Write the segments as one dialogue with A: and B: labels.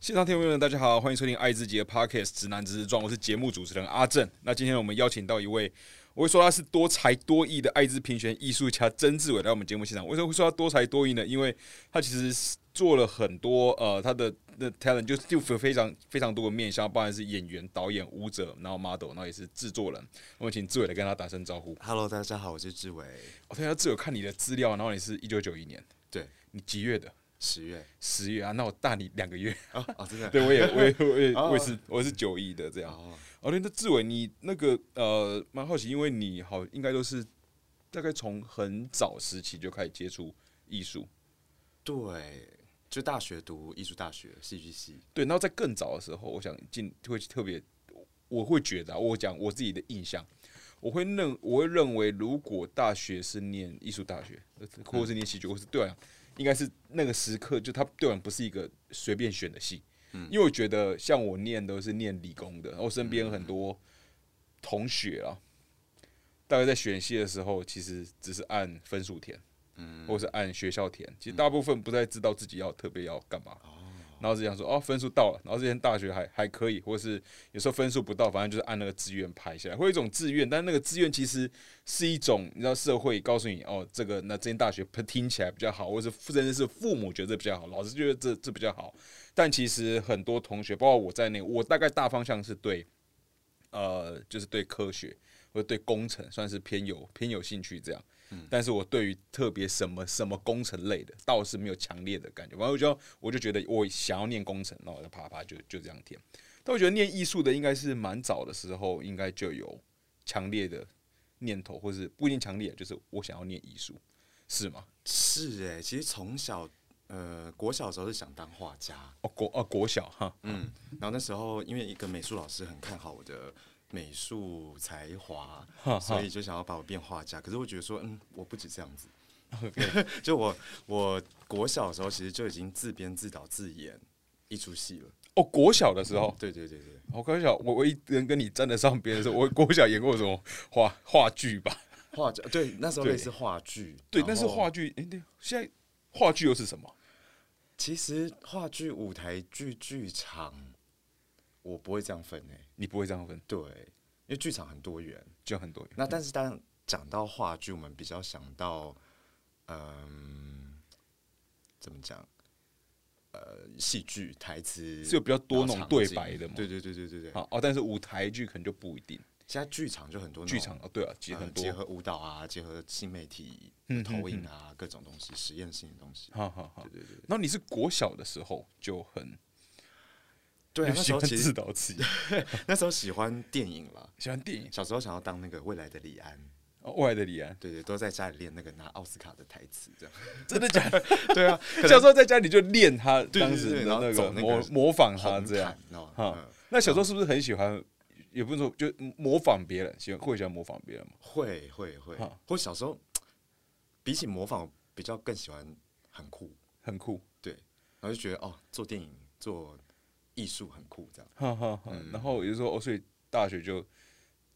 A: 现场听众朋友们，大家好，欢迎收听《爱自己的 Podcast》直男之状，我是节目主持人阿正。那今天我们邀请到一位，我会说他是多才多艺的爱之评选艺术家曾志伟来我们节目现场。为什么会说他多才多艺呢？因为他其实是做了很多呃，他的那 talent 就就非常非常多的面向，包含是演员、导演、舞者，然后 model，然后也是制作人。我们请志伟来跟他打声招呼。
B: Hello，大家好，我是志伟。
A: 哦，对啊，志伟看你的资料，然后你是一九九一年，
B: 对，
A: 你几月的？
B: 十月
A: 十月啊，那我大你两个月。
B: 哦哦，真的
A: 对，我也，我也，我也，我也是，我也是九亿的这样。
B: 哦，
A: 哦，对，那志伟，你那个呃，蛮好奇，因为你好，应该都是大概从很早时期就开始接触艺术，
B: 对，就大学读艺术大学戏剧系，
A: 对。然后在更早的时候，我想进会特别，我会觉得啊、我讲我自己的印象，我会认，我会认为，如果大学是念艺术大学，呃或者是念戏剧，或是对我来讲应该是那个时刻，就它对我来讲不是一个随便选的系，因为我觉得像我念都是念理工的，然后身边很多同学啊，大概在选系的时候，其实只是按分数填，嗯，或是按学校填，其实大部分不太知道自己要特别要干嘛。然后只想说哦，分数到了，然后这间大学还还可以，或是有时候分数不到，反正就是按那个志愿排下来，会有一种志愿，但那个志愿其实是一种你知道社会告诉你哦，这个那这间大学听起来比较好，或是甚至是父母觉得这比较好，老师觉得这这比较好，但其实很多同学，包括我在内，我大概大方向是对，呃，就是对科学或者对工程算是偏有偏有兴趣这样。但是我对于特别什么什么工程类的倒是没有强烈的感觉，反正我就我就觉得我想要念工程，然后我就啪啪就就这样填。但我觉得念艺术的应该是蛮早的时候，应该就有强烈的念头，或是不一定强烈，就是我想要念艺术，是吗？
B: 是哎，其实从小呃，国小的时候是想当画家，
A: 哦国哦国小哈，
B: 嗯，然后那时候因为一个美术老师很看好我的美术才华，所以就想要把我变画家。可是我觉得说，嗯，我不止这样子。 就我我国小的时候，其实就已经自编自导自演一出戏了。
A: 哦国小的时候，
B: 对对对对，
A: 我国小我唯一能跟你站得上边的时候，我国小演过什么话话剧吧？
B: 话剧对那时候
A: 对
B: 类似话剧，
A: 对，
B: 然
A: 但是
B: 后
A: 话剧，哎、对，现在话剧又是什么？
B: 其实话剧、舞台剧、剧场，我不会这样分诶、
A: 你不会这样分，
B: 对，因为剧场很多元。
A: 就很多元。
B: 那但是当讲到话剧，我们比较想到，嗯，怎么讲？呃，戏剧台词
A: 是有比较多那种
B: 然后场
A: 对
B: 景
A: 白的吗
B: 对对对对对对。
A: 好哦，但是舞台剧可能就不一定，
B: 现在剧场就很多那
A: 剧
B: 种
A: 场哦，对啊，结
B: 呃
A: 很
B: 结
A: 多，
B: 合舞蹈啊，结合新媒体
A: 嗯
B: 投
A: 嗯
B: 影啊，各种东西，实验性的东西。
A: 好好好
B: 对。对对对
A: 然后你是国小的时候就很
B: 对啊，那
A: 喜
B: 时候
A: 欢
B: 其
A: 自
B: 实
A: 导自演，
B: 那时候喜欢电影了，
A: 喜欢电影，
B: 小时候想要当那个未来的李安。
A: 哦未来的李安，
B: 对对，都在家里练那个拿奥斯卡的台词， 这样。
A: 真的假的？
B: 对啊，
A: 小时候在家里就练他
B: 对
A: 当时的
B: 对然后
A: 那个
B: 走那个
A: 模模仿他
B: 红
A: 啊这样
B: 毯，，你知道吗？
A: 哈
B: 嗯，
A: 那小时候是不是很喜欢？也不是说就模仿别人，喜欢会喜欢模仿别人吗？
B: 会会会
A: 哈，
B: 或小时候比起模仿，比较更喜欢很酷，
A: 很酷，
B: 对，然后就觉得哦，做电影做艺术很酷，这样。
A: 哈哈哈。
B: 嗯
A: 然后也就是说，哦，所以大学就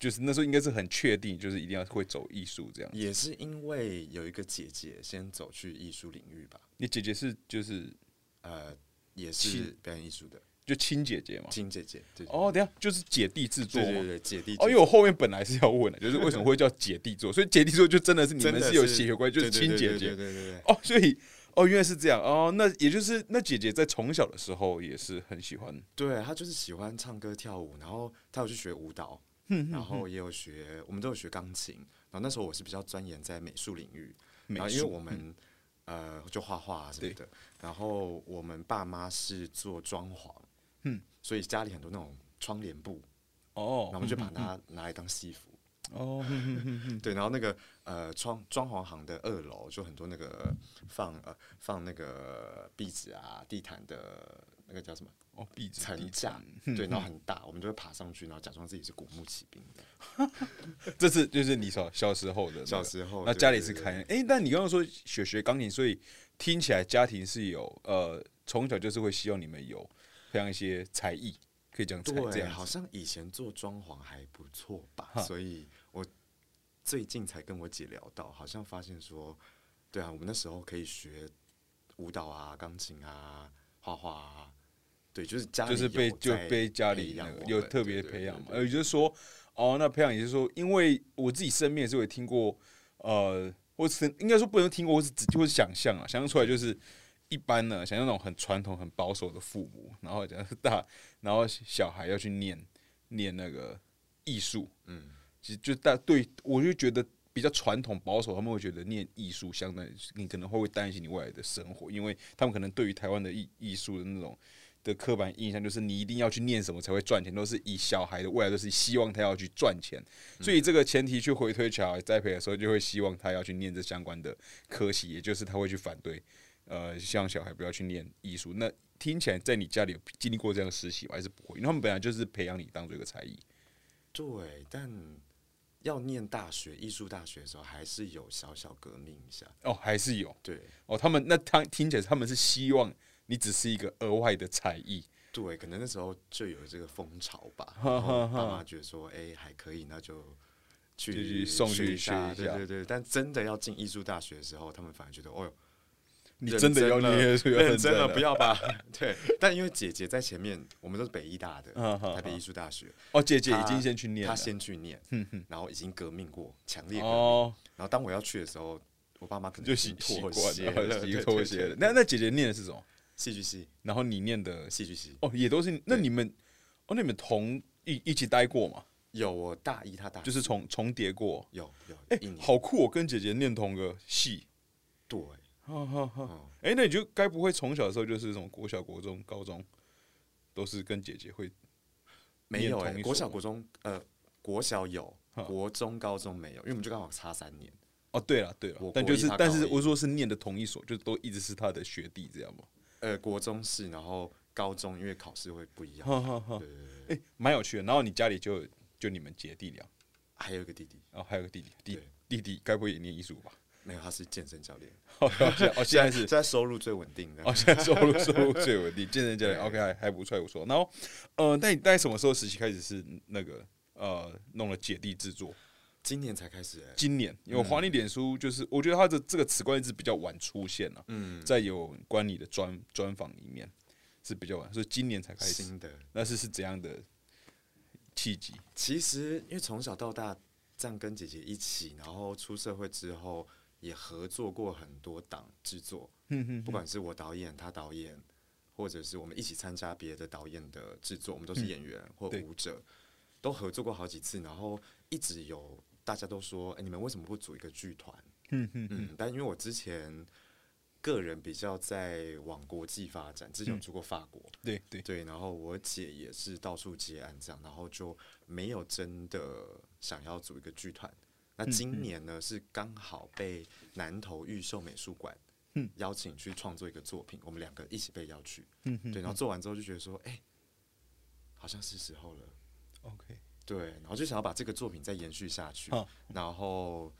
A: 就是那时候应该是很确定，就是一定要会走艺术这样。
B: 也是因为有一个姐姐先走去艺术领域吧，
A: 你姐姐是就是
B: 呃，也是
A: 亲
B: 表演艺术的
A: 就亲姐姐嘛？
B: 金姐姐，对，
A: 哦，等一下就是姐弟制作
B: 对
A: 嘛。
B: 对对对，姐弟
A: 哦，因为
B: 姐
A: 我后面本来是要问的，就是为什么会叫姐弟 座，所以姐弟座就真的是你
B: 真
A: 们
B: 的
A: 是有血缘关系，就是
B: 对对
A: 亲姐
B: 对对
A: 姐。
B: 对对对对，
A: 哦，所以哦，原来是这样哦，那也就是那姐姐在从小的时候也是很喜欢
B: 对他就是喜欢唱歌跳舞，然后他有去学舞蹈，然后也有学，我们都有学钢琴。然后那时候我是比较钻研在美术领域，
A: 美
B: 然啊后因为
A: 术，嗯
B: 我们、呃就画画啊什么的，然后我们爸妈是做装潢，
A: 嗯，
B: 所以家里很多那种窗帘布，
A: 哦嗯
B: 然，后我们就把它拿来当西服。
A: 哦， 哼哼哼哼
B: 对，然后那个呃装装潢行的二楼就很多那个放呃放那个壁纸啊、地毯的那个叫什么？
A: 哦，壁纸
B: 层
A: 壁纸
B: 架，对，然后很大，我们就会爬上去，然后假装自己是古墓奇兵这样。
A: 这是就是你小小时候的那个
B: 小时候，
A: 那
B: 对
A: 家里是
B: 对
A: 开
B: 对
A: 哎，但你刚刚说学学钢琴，所以听起来家庭是有呃，从小就是会希望你们有培养一些才艺，可以讲才这
B: 对，
A: 样子
B: 好像以前做装潢还不错吧
A: 哈，
B: 所以我最近才跟我姐聊到，好像发现说，对啊，我们那时候可以学舞蹈啊、钢琴啊、画画啊，对，就是家里
A: 就是被
B: 有
A: 就
B: 在
A: 被家
B: 培
A: 里
B: 养
A: 那个
B: 我
A: 有
B: 们
A: 特别
B: 对
A: 培
B: 对
A: 养嘛，
B: 对
A: 呃，也就是说，哦，那培养也就是说，因为我自己身边也是有听过，呃，或是应该说不能听过，或是只或是想象啊，想象出来就是一般呢，想象那种很传统、很保守的父母，然后讲是大，然后小孩要去念念那个艺术，
B: 嗯，
A: 其实就大对我就觉得比较传统保守，他们会觉得念艺术相当于你可能会担心你未来的生活，因为他们可能对于台湾的艺艺术的那种的刻板印象就是你一定要去念什么才会赚钱，都是以小孩的未来都是希望他要去赚钱，所
B: 嗯
A: 以这个前提去回推小孩栽培的时候，就会希望他要去念这相关的科系，也就是他会去反对，呃，希望小孩不要去念艺术。那听起来在你家里有经历过这样的实习吗？还是不会？因为他们本来就是培养你当做一个才艺。
B: 对，但要念大学艺术大学的时候，还是有小小革命一下。
A: 哦，还是有
B: 对
A: 哦，他们那他听起来他们是希望你只是一个额外的才艺，
B: 对，可能那时候就有这个风潮 吧。然后爸妈觉得说，哎、还可以，那就
A: 就
B: 去
A: 去送
B: 学
A: 去
B: 一下。
A: 学一
B: 对
A: 下
B: 对对，但真的要进艺术大学的时候，他们反而觉 得，哦哟，
A: 你
B: 认
A: 真的要
B: 了
A: 念书要
B: 认真了，
A: 啊了
B: 不要吧？ 对，但因为姐姐在前面，我们都是北医 大的，
A: 嗯嗯
B: 台北艺术大学，
A: 哦，姐姐
B: 她
A: 已经先去念
B: 她
A: 了，
B: 先去念，然后已经革命过，强烈革命。
A: 哦，
B: 然后当我要去的时候，我爸妈可能
A: 就
B: 已
A: 习
B: 经
A: 习
B: 妥
A: 惯
B: 协
A: 了，
B: 了，
A: 习
B: 对
A: 妥
B: 对
A: 协了。
B: 对
A: 那那姐姐念的是什么？
B: 戏剧系，
A: 然后你念的
B: 戏剧系
A: 哦，也都是那你们哦，那你们同一一起待过嘛？
B: 有我大一，他大
A: 就是
B: 四
A: 重重叠过，
B: 有有
A: 哎
B: 一，年
A: 好酷！我跟姐姐念同个系，
B: 对，
A: 哈哈哈。
B: 嗯，
A: 哎，那你就该不会从小的时候就是这种国小、国中、高中都是跟姐姐会
B: 没有
A: 念
B: 哎
A: 同一，
B: 国小
A: 所
B: 国中呃国小有，
A: 嗯
B: 国中高中没有，因为我们就刚好差三年。
A: 哦，对了对了
B: 我，
A: 但就
B: 国一
A: 是
B: 她
A: 但
B: 高
A: 是
B: 一
A: 我说是念的同一所，就都一直是他的学弟这样嘛，
B: 呃，国中是，然后高中因为考试会不一样，
A: 哈哈哈。
B: 对对对对，
A: 哎，蛮有趣的。然后你家里就有就你们姐弟俩，
B: 还有一个弟弟，
A: 然后还有个弟弟，弟
B: 对
A: 弟弟该不会也念艺术 吧？
B: 没有，他是健身教练，
A: 哦，现在哦现在是
B: 现在收入最稳定的
A: 哦，，现在收入收入最稳定，健身 教练
B: 对
A: OK 还还不错还不错。然后，呃，那你大概什么时候时期开始是那个呃弄了姐弟制作？
B: 今年才开始哎，
A: 今年因为华丽脸书就是我觉得它的这个词关键字比较晚出现了、
B: 嗯，
A: 在有关你的专专访里面是比较晚，所以今年才开始。
B: 新的。
A: 那是是怎样的契机？
B: 其实因为从小到大这样跟姐姐一起，然后出社会之后也合作过很多档制作，不管是我导演，他导演，或者是我们一起参加别的导演的制作，我们都是演员或
A: 对
B: 舞者，都合作过好几次，然后一直有大家都说，哎、你们为什么不组一个剧团？嗯，但因为我之前。个人比较在往国际发展，之前有住过法国，
A: 对对，
B: 对，然后我姐也是到处接案这样，然后就没有真的想要组一个剧团。那今年呢，是刚好被南投预售美术馆邀请去创作一个作品，我们两个一起被邀去。对，然后做完之后就觉得说，哎、好像是时候了。
A: ，OK，
B: 对，然后就想要把这个作品再延续下去
A: 好，
B: 然后，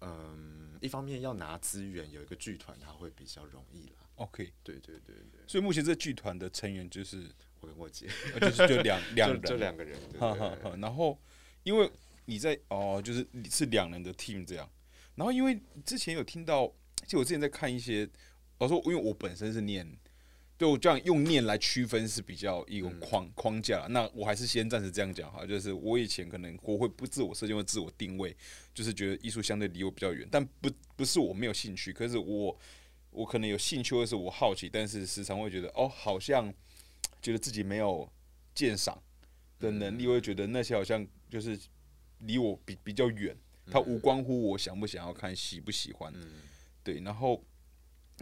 B: 嗯，一方面要拿资源，有一个剧团它会比较容易啦。
A: OK，
B: 对对对对，
A: 所以目前这剧团的成员就是
B: 我跟我姐
A: 呃就是就两两 人，
B: 就
A: 啊
B: 就两个人，对
A: 哈
B: 对
A: 哈
B: 对。
A: 哈。然后因为你在哦，就是你是两人的 team 这样。然后因为之前有听到，就我之前在看一些，我说因为我本身是念，对我这样用念来区分是比较一
B: 嗯
A: 种框、框架啦。那我还是先暂时这样讲哈，就是我以前可能我会不自我设定或自我定位，就是觉得艺术相对离我比较远，但不不是我没有兴趣，可是我我可能有兴趣或是我好奇，但是时常会觉得哦，好像觉得自己没有鉴赏的能力，会觉得那些好像就是离我比比较远，它无关乎我想不想要看、喜不喜欢。对，然后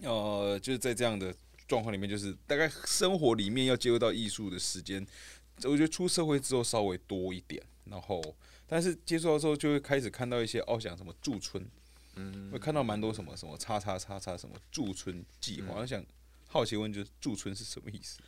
A: 呃，就是在这样的状况里面，就是大概生活里面要接触到艺术的时间，我觉得出社会之后稍微多一点，然后但是接触到之后就会开始看到一些哦，想什么驻村，嗯，会看到蛮多什么什么叉叉叉叉什么驻村计划，我想好奇问就是驻村是什么意思？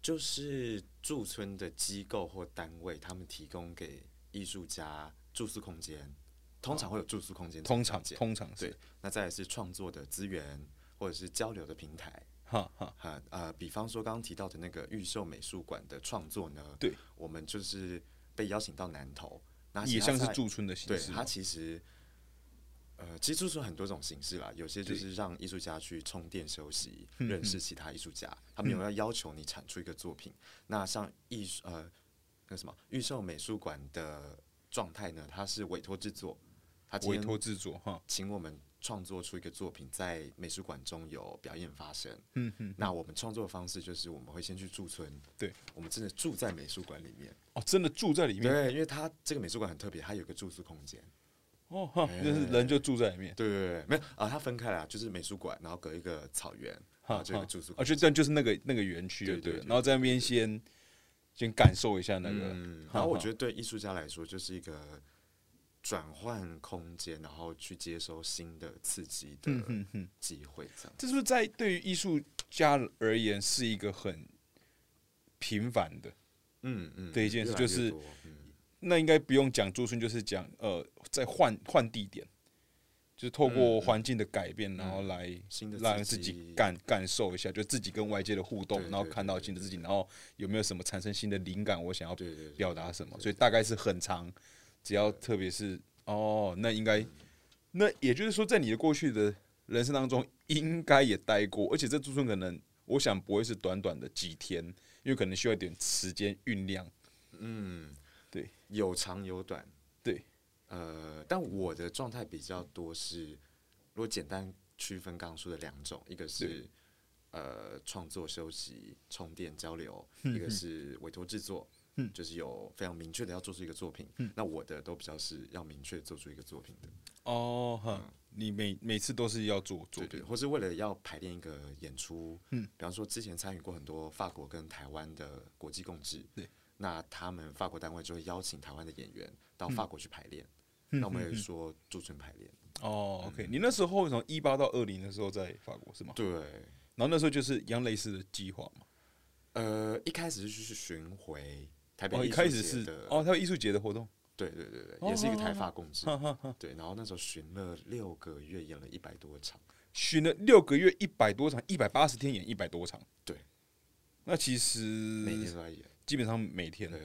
B: 就是驻村的机构或单位，他们提供给艺术家住宿空间，通常会有住宿空间这
A: 通
B: 个
A: 常
B: 条件，
A: 通常是
B: 对，那再来是创作的资源或者是交流的平台。
A: 哈哈，
B: 哈呃，比方说刚刚提到的那个预售美术馆的创作呢，
A: 对，
B: 我们就是被邀请到南投，那其
A: 也
B: 他
A: 像是
B: 在
A: 驻村的形
B: 对
A: 式
B: 它
A: 嘛，
B: 其实，呃，其实就是很多种形式啦，有些就是让艺术家去充电休息，认识其他艺术家，他们有要要求你产出一个作品。那像艺术呃那什么预售美术馆的状态呢，它是委托制作，它今
A: 委
B: 天
A: 托制作哈，
B: 请我们创作出一个作品，在美术馆中有表演发生。嗯哼，那我们创作的方式就是我们会先去驻村，
A: 对
B: 我们真的住在美术馆里面。
A: 哦，真的住在里面
B: 对，因为它这个美术馆很特别，它有一个住宿空间。
A: 哦，哈，
B: 哎
A: 就是人就住在里面，
B: 对对对，没有啊，它分开了，就是美术馆，然后隔一个草原，然后
A: 哈
B: 就有一
A: 哈
B: 个住宿，
A: 啊，就这样就是那个那个园区，
B: 对
A: 对
B: 对
A: 了，
B: 对
A: 然后在那边先先感受一下那个，
B: 嗯，然后我觉
A: 得
B: 得对艺术家来说，就是一个转换空间，然后去接收新的刺激的
A: 嗯
B: 机会，这样。
A: 这是不是在对于艺术家而言是一个很平凡的？
B: 嗯嗯，
A: 对一件事
B: 越来
A: 就
B: 越
A: 是
B: 多嗯
A: 那应该不用讲驻村，就是讲呃，在换换地点，就是透过环境的改变，然后来
B: 嗯新的
A: 让
B: 刺
A: 自己
B: 激
A: 感感受一下，就自己跟外界的互动
B: 对，
A: 然后
B: 对
A: 看到新的自己，然后有没有什么产生新的灵感，我想要
B: 对对对
A: 表达什么，所以大概是很长，只要特别是哦，那应该，那也就是说，在你的过去的人生当中，应该也待过，而且这驻村可能我想不会是短短的几天，因为可能需要一点时间酝酿，
B: 嗯，
A: 对，
B: 有长有短，
A: 对，
B: 呃，但我的状态比较多是，如果简单区分刚刚说的两种，一个是呃创作、休息、充电、交流，一个是委托制作，就是有非常明确的要做出一个作品。那我的都比较是要明确做出一个作品的，
A: 哦，哈，你每每次都是要做做
B: 嗯对对，嗯或是为了要排练一个演出，比方说之前参与过很多法国跟台湾的国际共治，
A: 对，
B: 那他们法国单位就会邀请台湾的演员到法国去排练，那我们嗯也说驻村排练，
A: 嗯哦，OK，你那时候从一八到二零的时候在法国是吗？
B: 对，
A: 然后那时候就是一样类似的计划嘛。
B: 呃，一开始是去巡回台北
A: 哦，
B: 艺
A: 一
B: 术
A: 开始
B: 节
A: 是
B: 的，
A: 哦，它有艺术节的活动，
B: 对对对对，也是一个台法共治，
A: 哦哈哈哈，
B: 对，然后那时候巡了六个月，演了一百多场，
A: 巡了六个月，一百多场，一百八十天演一百多场。
B: 对，
A: 那其
B: 每天
A: 实
B: 都在演，
A: 基本上每天
B: 对，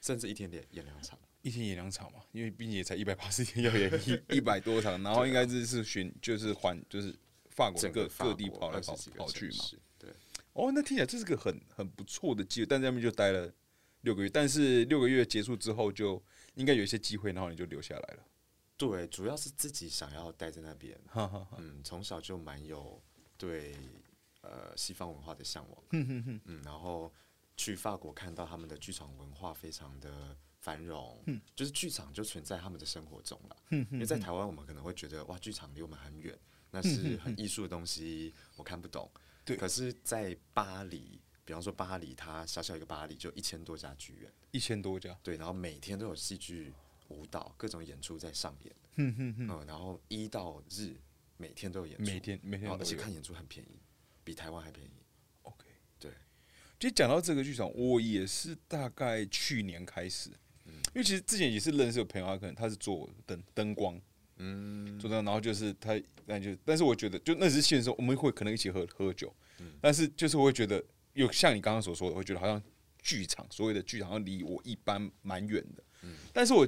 B: 甚至一天演演两场，
A: 一天演两场嘛，因为毕竟也才一百八十天要演 一一百多场，然后应该是是巡就是环就是法国
B: 整
A: 各
B: 法
A: 各地
B: 国
A: 跑来
B: 20
A: 跑
B: 几个
A: 跑去
B: 城
A: 嘛。
B: 市，对。
A: 哦，那听起来这是个很很不错的机会，但在那边就待了六个月，但是六个月结束之后就应该有一些机会，然后你就留下来了。
B: 对，主要是自己想要待在那边。
A: 哈哈哈。
B: 嗯，从小就蛮有对呃西方文化的向往。嗯，然后去法国看到他们的剧场文化非常的繁荣，就是剧场就存在他们的生活中了。因为在台湾，我们可能会觉得哇，剧场离我们很远，那是很艺术的东西，我看不懂。
A: 对
B: 可是，在巴黎，比方说巴黎，它小小一个巴黎就一千多家剧院，
A: 一千多家，
B: 对，然后每天都有戏剧、舞蹈各种演出在上演。
A: 哼哼哼，
B: 嗯，然后一到日每天都有演出，
A: 每天每天
B: 然后
A: 都
B: 而且
A: 有
B: 看演出很便宜，比台湾还便宜。
A: OK。
B: 对，
A: 其实讲到这个剧场，我也是大概去年开始，
B: 嗯
A: 因为其实之前也是认识有朋友，他啊可能他是做灯灯光，
B: 嗯，
A: 做灯，然后就是他，那就但是我觉得就那只是现实中，我们会可能一起喝喝酒，
B: 嗯
A: 但是就是我会觉得有像你刚刚所说的，我会觉得好像剧场所谓的剧场，好像离我一般蛮远的，
B: 嗯
A: 但是我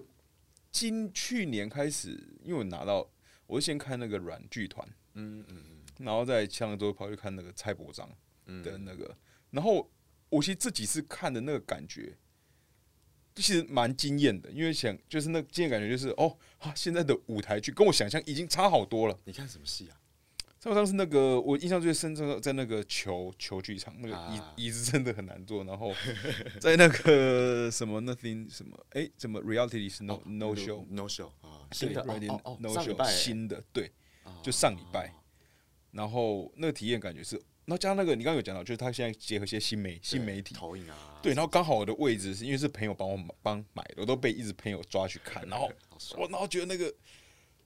A: 今去年开始，因为我拿到，我是先看那个软剧团，
B: 嗯嗯嗯
A: 然后再前两周跑去看那个蔡伯章的那个，然后我其实这几次看的那个感觉，其实蛮惊艳的，因为想就是那惊艳感觉就是哦，啊，现在的舞台剧跟我想象已经差好多了。
B: 你看什么戏啊？
A: 蔡伯章是那个我印象最深，在在那个球球剧场，那个椅、
B: 啊
A: 椅子真的很难坐，然后 在那个什么 nothing 什么哎、怎么 reality 是 no、no show
B: no show 啊，
A: 对
B: 新的
A: Ready
B: 哦哦哦哦，
A: no
B: 上礼拜
A: show 新的对。
B: 啊
A: 就上礼拜
B: 啊
A: 然后那个体验感觉是，然后加上那个你刚刚有讲到，就是他现在结合一些新媒新
B: 对
A: 媒体，
B: 投影啊，
A: 对，然后刚好我的位置是因为是朋友帮我买帮买的，我都被一直朋友抓去看，然后
B: 好爽
A: 我然后觉得那个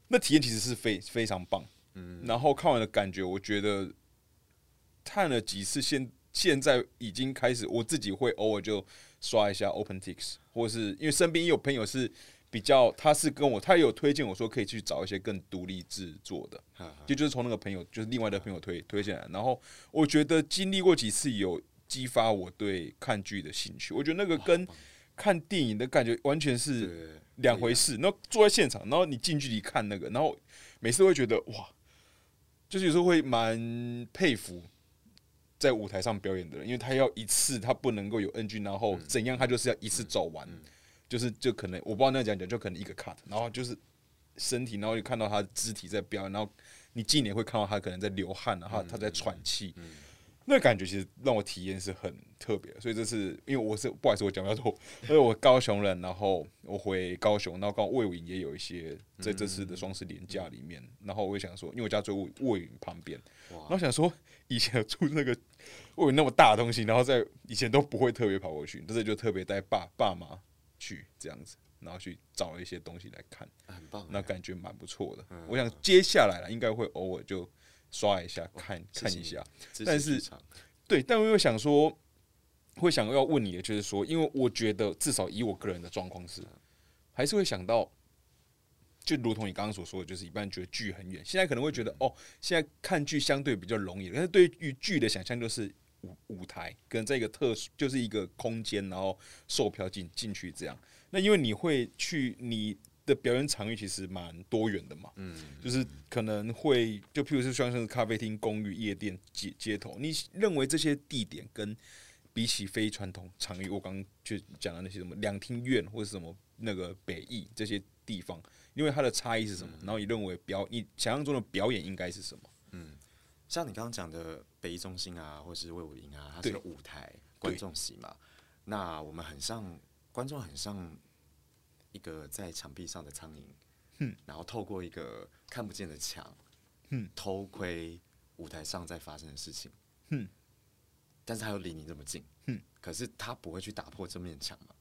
A: 那体验其实是非非常棒，嗯，然后看完的感觉，我觉得看了几次，现现在已经开始我自己会偶尔就刷一下 OpenTix，或是因为身边也有朋友是比较，他是跟我他也有推荐我说可以去找一些更独立制作的，
B: 哈哈
A: 就就是从那个朋友，就是另外的朋友推推荐来。然后我觉得经历过几次，有激发我对看剧的兴趣。我觉得那个跟看电影的感觉完全
B: 对
A: 是
B: 对对
A: 两回事。然后坐在现场，然后你近距离看那个，然后每次会觉得哇，就是有时候会蛮佩服在舞台上表演的人，因为他要一次他不能够有 NG，然后怎样他就是要一次走完，就是就可能我不知道那讲讲，就可能一个 cut，然后就是身体，然后就看到他肢体在表演，然后你近年会看到他可能在流汗，然后他他在喘气。那感觉其实让我体验是很特别的，所以这是因为我是不好意思我讲比较多， 因为我高雄人，然后我回高雄，然后刚好魏武营也有一些在这次的双十连假里面，然后我也想说，因为我家住魏魏武营旁边，然后想说以前住那个魏武营那么大的东西，然后在以前都不会特别跑过去，这次就特别带爸爸妈去这样子，然后去找了一些东西来看，
B: 很棒欸。
A: 那感觉蛮不错的。我想接下来了应该会偶尔就刷一下看
B: 谢
A: 看
B: 谢
A: 一
B: 你
A: 下。
B: 支持
A: 但是
B: 市场
A: 对，但我又想说，会想要问你的就是说，因为我觉得至少以我个人的状况是，还是会想到，就如同你刚刚所说的，就是一般觉得剧很远，现在可能会觉得哦，现在看剧相对比较容易，但是对于剧的想象就是舞舞台跟在一个特殊，就是一个空间，然后售票进进去这样。那因为你会去你的表演场域其实蛮多元的嘛，就是可能会就譬如说像是咖啡厅、公寓、夜店、街街头，你认为这些地点跟比起非传统场域，我刚刚就讲的那些什么两厅院或者什么那个北艺这些地方，因为它的差异是什么？然后你认为表你想象中的表演应该是什么？
B: 像你刚刚讲的北一中心啊，或是魏武营啊，它
A: 对
B: 是个舞台观众席嘛。那我们很像观众，很像一个在墙壁上的苍蝇，然后透过一个看不见的墙，偷窥舞台上在发生的事情，但是它又离你这么近，可是它不会去打破这面墙嘛。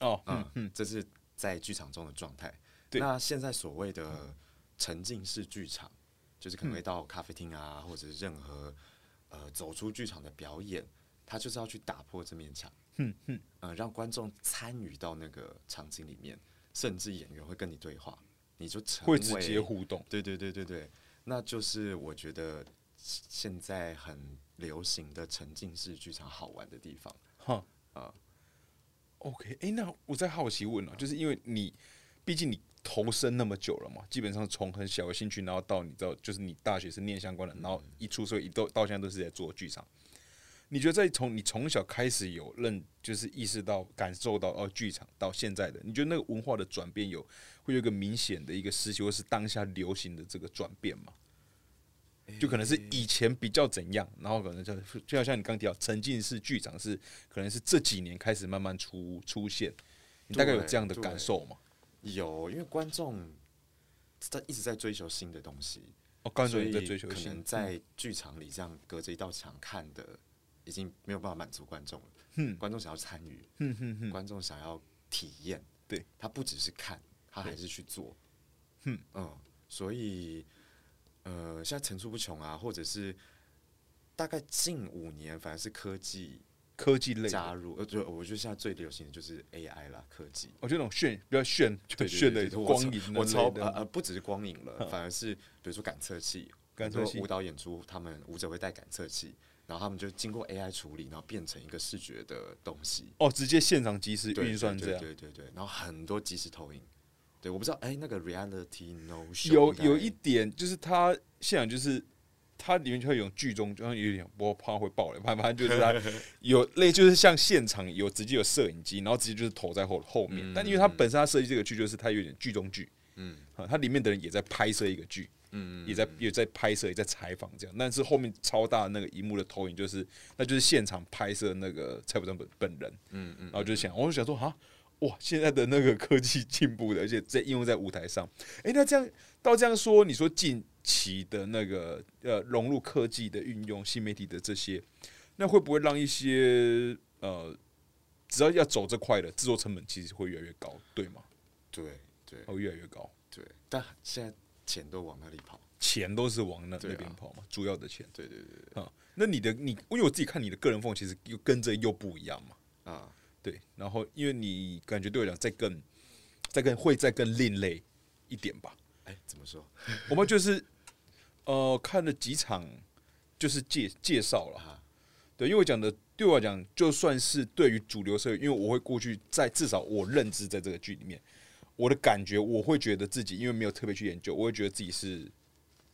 A: 哦，嗯
B: 嗯，这是在剧场中的状态。
A: 对
B: 那现在所谓的沉浸式剧场，就是
A: 嗯
B: 可能会到咖啡厅啊，或者是任何呃走出剧场的表演，它就是要去打破这面墙，嗯嗯，呃，让观众参与到那个场景里面，甚至演员会跟你对话，你就成
A: 会
B: 为
A: 直接互动。
B: 对对对对对，那就是我觉得现在很流行的沉浸式剧场好玩的地方。
A: 哈啊，OK，哎、那我在好奇问啊，就是因为你，毕竟你投身那么久了嘛，基本上从很小的兴趣，然后到你知道，就是你大学是念相关的，然后一出社会一到到现在都是在做剧场。你觉得在从你从小开始有认，就是意识到、感受到哦，剧场到现在的，你觉得那个文化的转变有会有一个明显的一个时期，或是当下流行的这个转变吗？就可能是以前比较怎样，然后可能就就好像你刚提到沉浸式剧场是可能是这几年开始慢慢出出现，你大概有
B: 对
A: 这样的
B: 对
A: 感受吗？
B: 有，因为观众在一直在追求新的东西，
A: 哦，刚才
B: 所
A: 说你
B: 以
A: 在追求
B: 可能
A: 新，嗯
B: 在剧场里这样隔着一道墙看的，已经没有办法满足观众了。观众想要参与，观众想要体验，
A: 对
B: 他不只是看，他还是去做。嗯所以呃，现在层出不穷啊，或者是大概近五年，反而是科技
A: 科技类
B: 加
A: 的，
B: 入，呃，就我觉得现在最流行的就是 AI 啦，科技。
A: 我哦觉得那种炫比较炫，就
B: 对
A: 炫的
B: 对对对
A: 光
B: 我
A: 影
B: 超
A: 那
B: 我
A: 类
B: 超呃
A: 的嗯
B: 呃，不只是光影了，反而是比如说感测器，
A: 感
B: 很多
A: 测器
B: 舞蹈演出他们舞者会带感测器，然后他们就经过 AI 处理，然后变成一个视觉的东西，
A: 哦，直接现场即时
B: 对
A: 运算
B: 对
A: 这样。
B: 对对对，对然后很多即时投影，对，我不知道，哎，那个 Reality No Show
A: 有
B: 应该
A: 有一点就是他现场就是他里面就会有剧中，就像有点我怕会爆雷，反正就是 他有类就是像现场有直接有摄影机，然后直接就是投在后后面。但因为他本身他设计这个剧就是他有点剧中剧，嗯，啊，它里面的人也在拍摄一个剧。嗯，也在也在拍摄，也在采访这样，但是后面超大的那个荧幕的投影，就是那就是现场拍摄那个蔡普章本本人，嗯嗯，然后就想，我就想说啊，哇，现在的那个科技进步的，而且在应用在舞台上，诶，那这样到这样说，你说近期的那个呃融入科技的运用、新媒体的这些，那会不会让一些呃只要要走这块的制作成本其实会越来越高，对吗？
B: 对对
A: 哦，越来越高，
B: 对，但现在钱都往那里跑，
A: 钱都是往那、
B: 对啊
A: 那边跑嘛，主要的钱
B: 对对对
A: 啊、那你的你，因为我自己看你的个人风，其实又跟这又不一样嘛，
B: 对啊，
A: 对。然后因为你感觉对我来讲再更再更会再更另类一点吧，
B: 哎，怎么说？
A: 我们就是呃看了几场，就是介介绍了
B: 啊。
A: 对，因为我讲的对我来讲，就算是对于主流社会，因为我会过去在至少我认知在这个剧里面，我的感觉我会觉得自己因为没有特别去研究，我会觉得自己是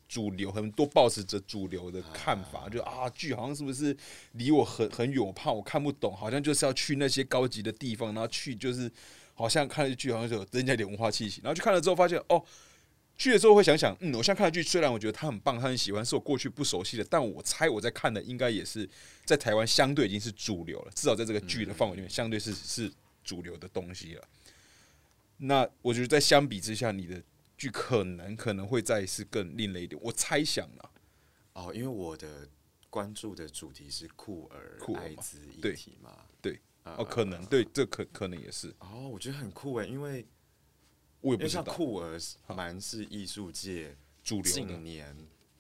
A: 主流，很多抱持着主流的看法，就啊剧好像是不是离我很很远，我怕我看不懂，好像就是要去那些高级的地方，然后去就是好像看了剧好像有增加一点文化气息，然后去看了之后发现哦。去的时候会想想，嗯，我现在看的剧虽然我觉得它很棒，它很喜欢，是我过去不熟悉的，但我猜我在看的应该也是在台湾相对已经是主流了，至少在这个剧的范围里
B: 嗯
A: 面，相对是是主流的东西了。那我觉得在相比之下，你的剧可能可能会再是更另类一点，我猜想啦，
B: 哦，因为我的关注的主题是酷儿
A: 酷儿
B: 艾
A: 嘛
B: 滋议
A: 对
B: 题嘛，
A: 对，
B: 呃
A: 哦，可能对，这可可能也是，
B: 哦，我觉得很酷哎，因为
A: 我也
B: 因
A: 不
B: 为
A: 知
B: 像
A: 道
B: 酷儿是蛮是艺术界
A: 主流的
B: 近年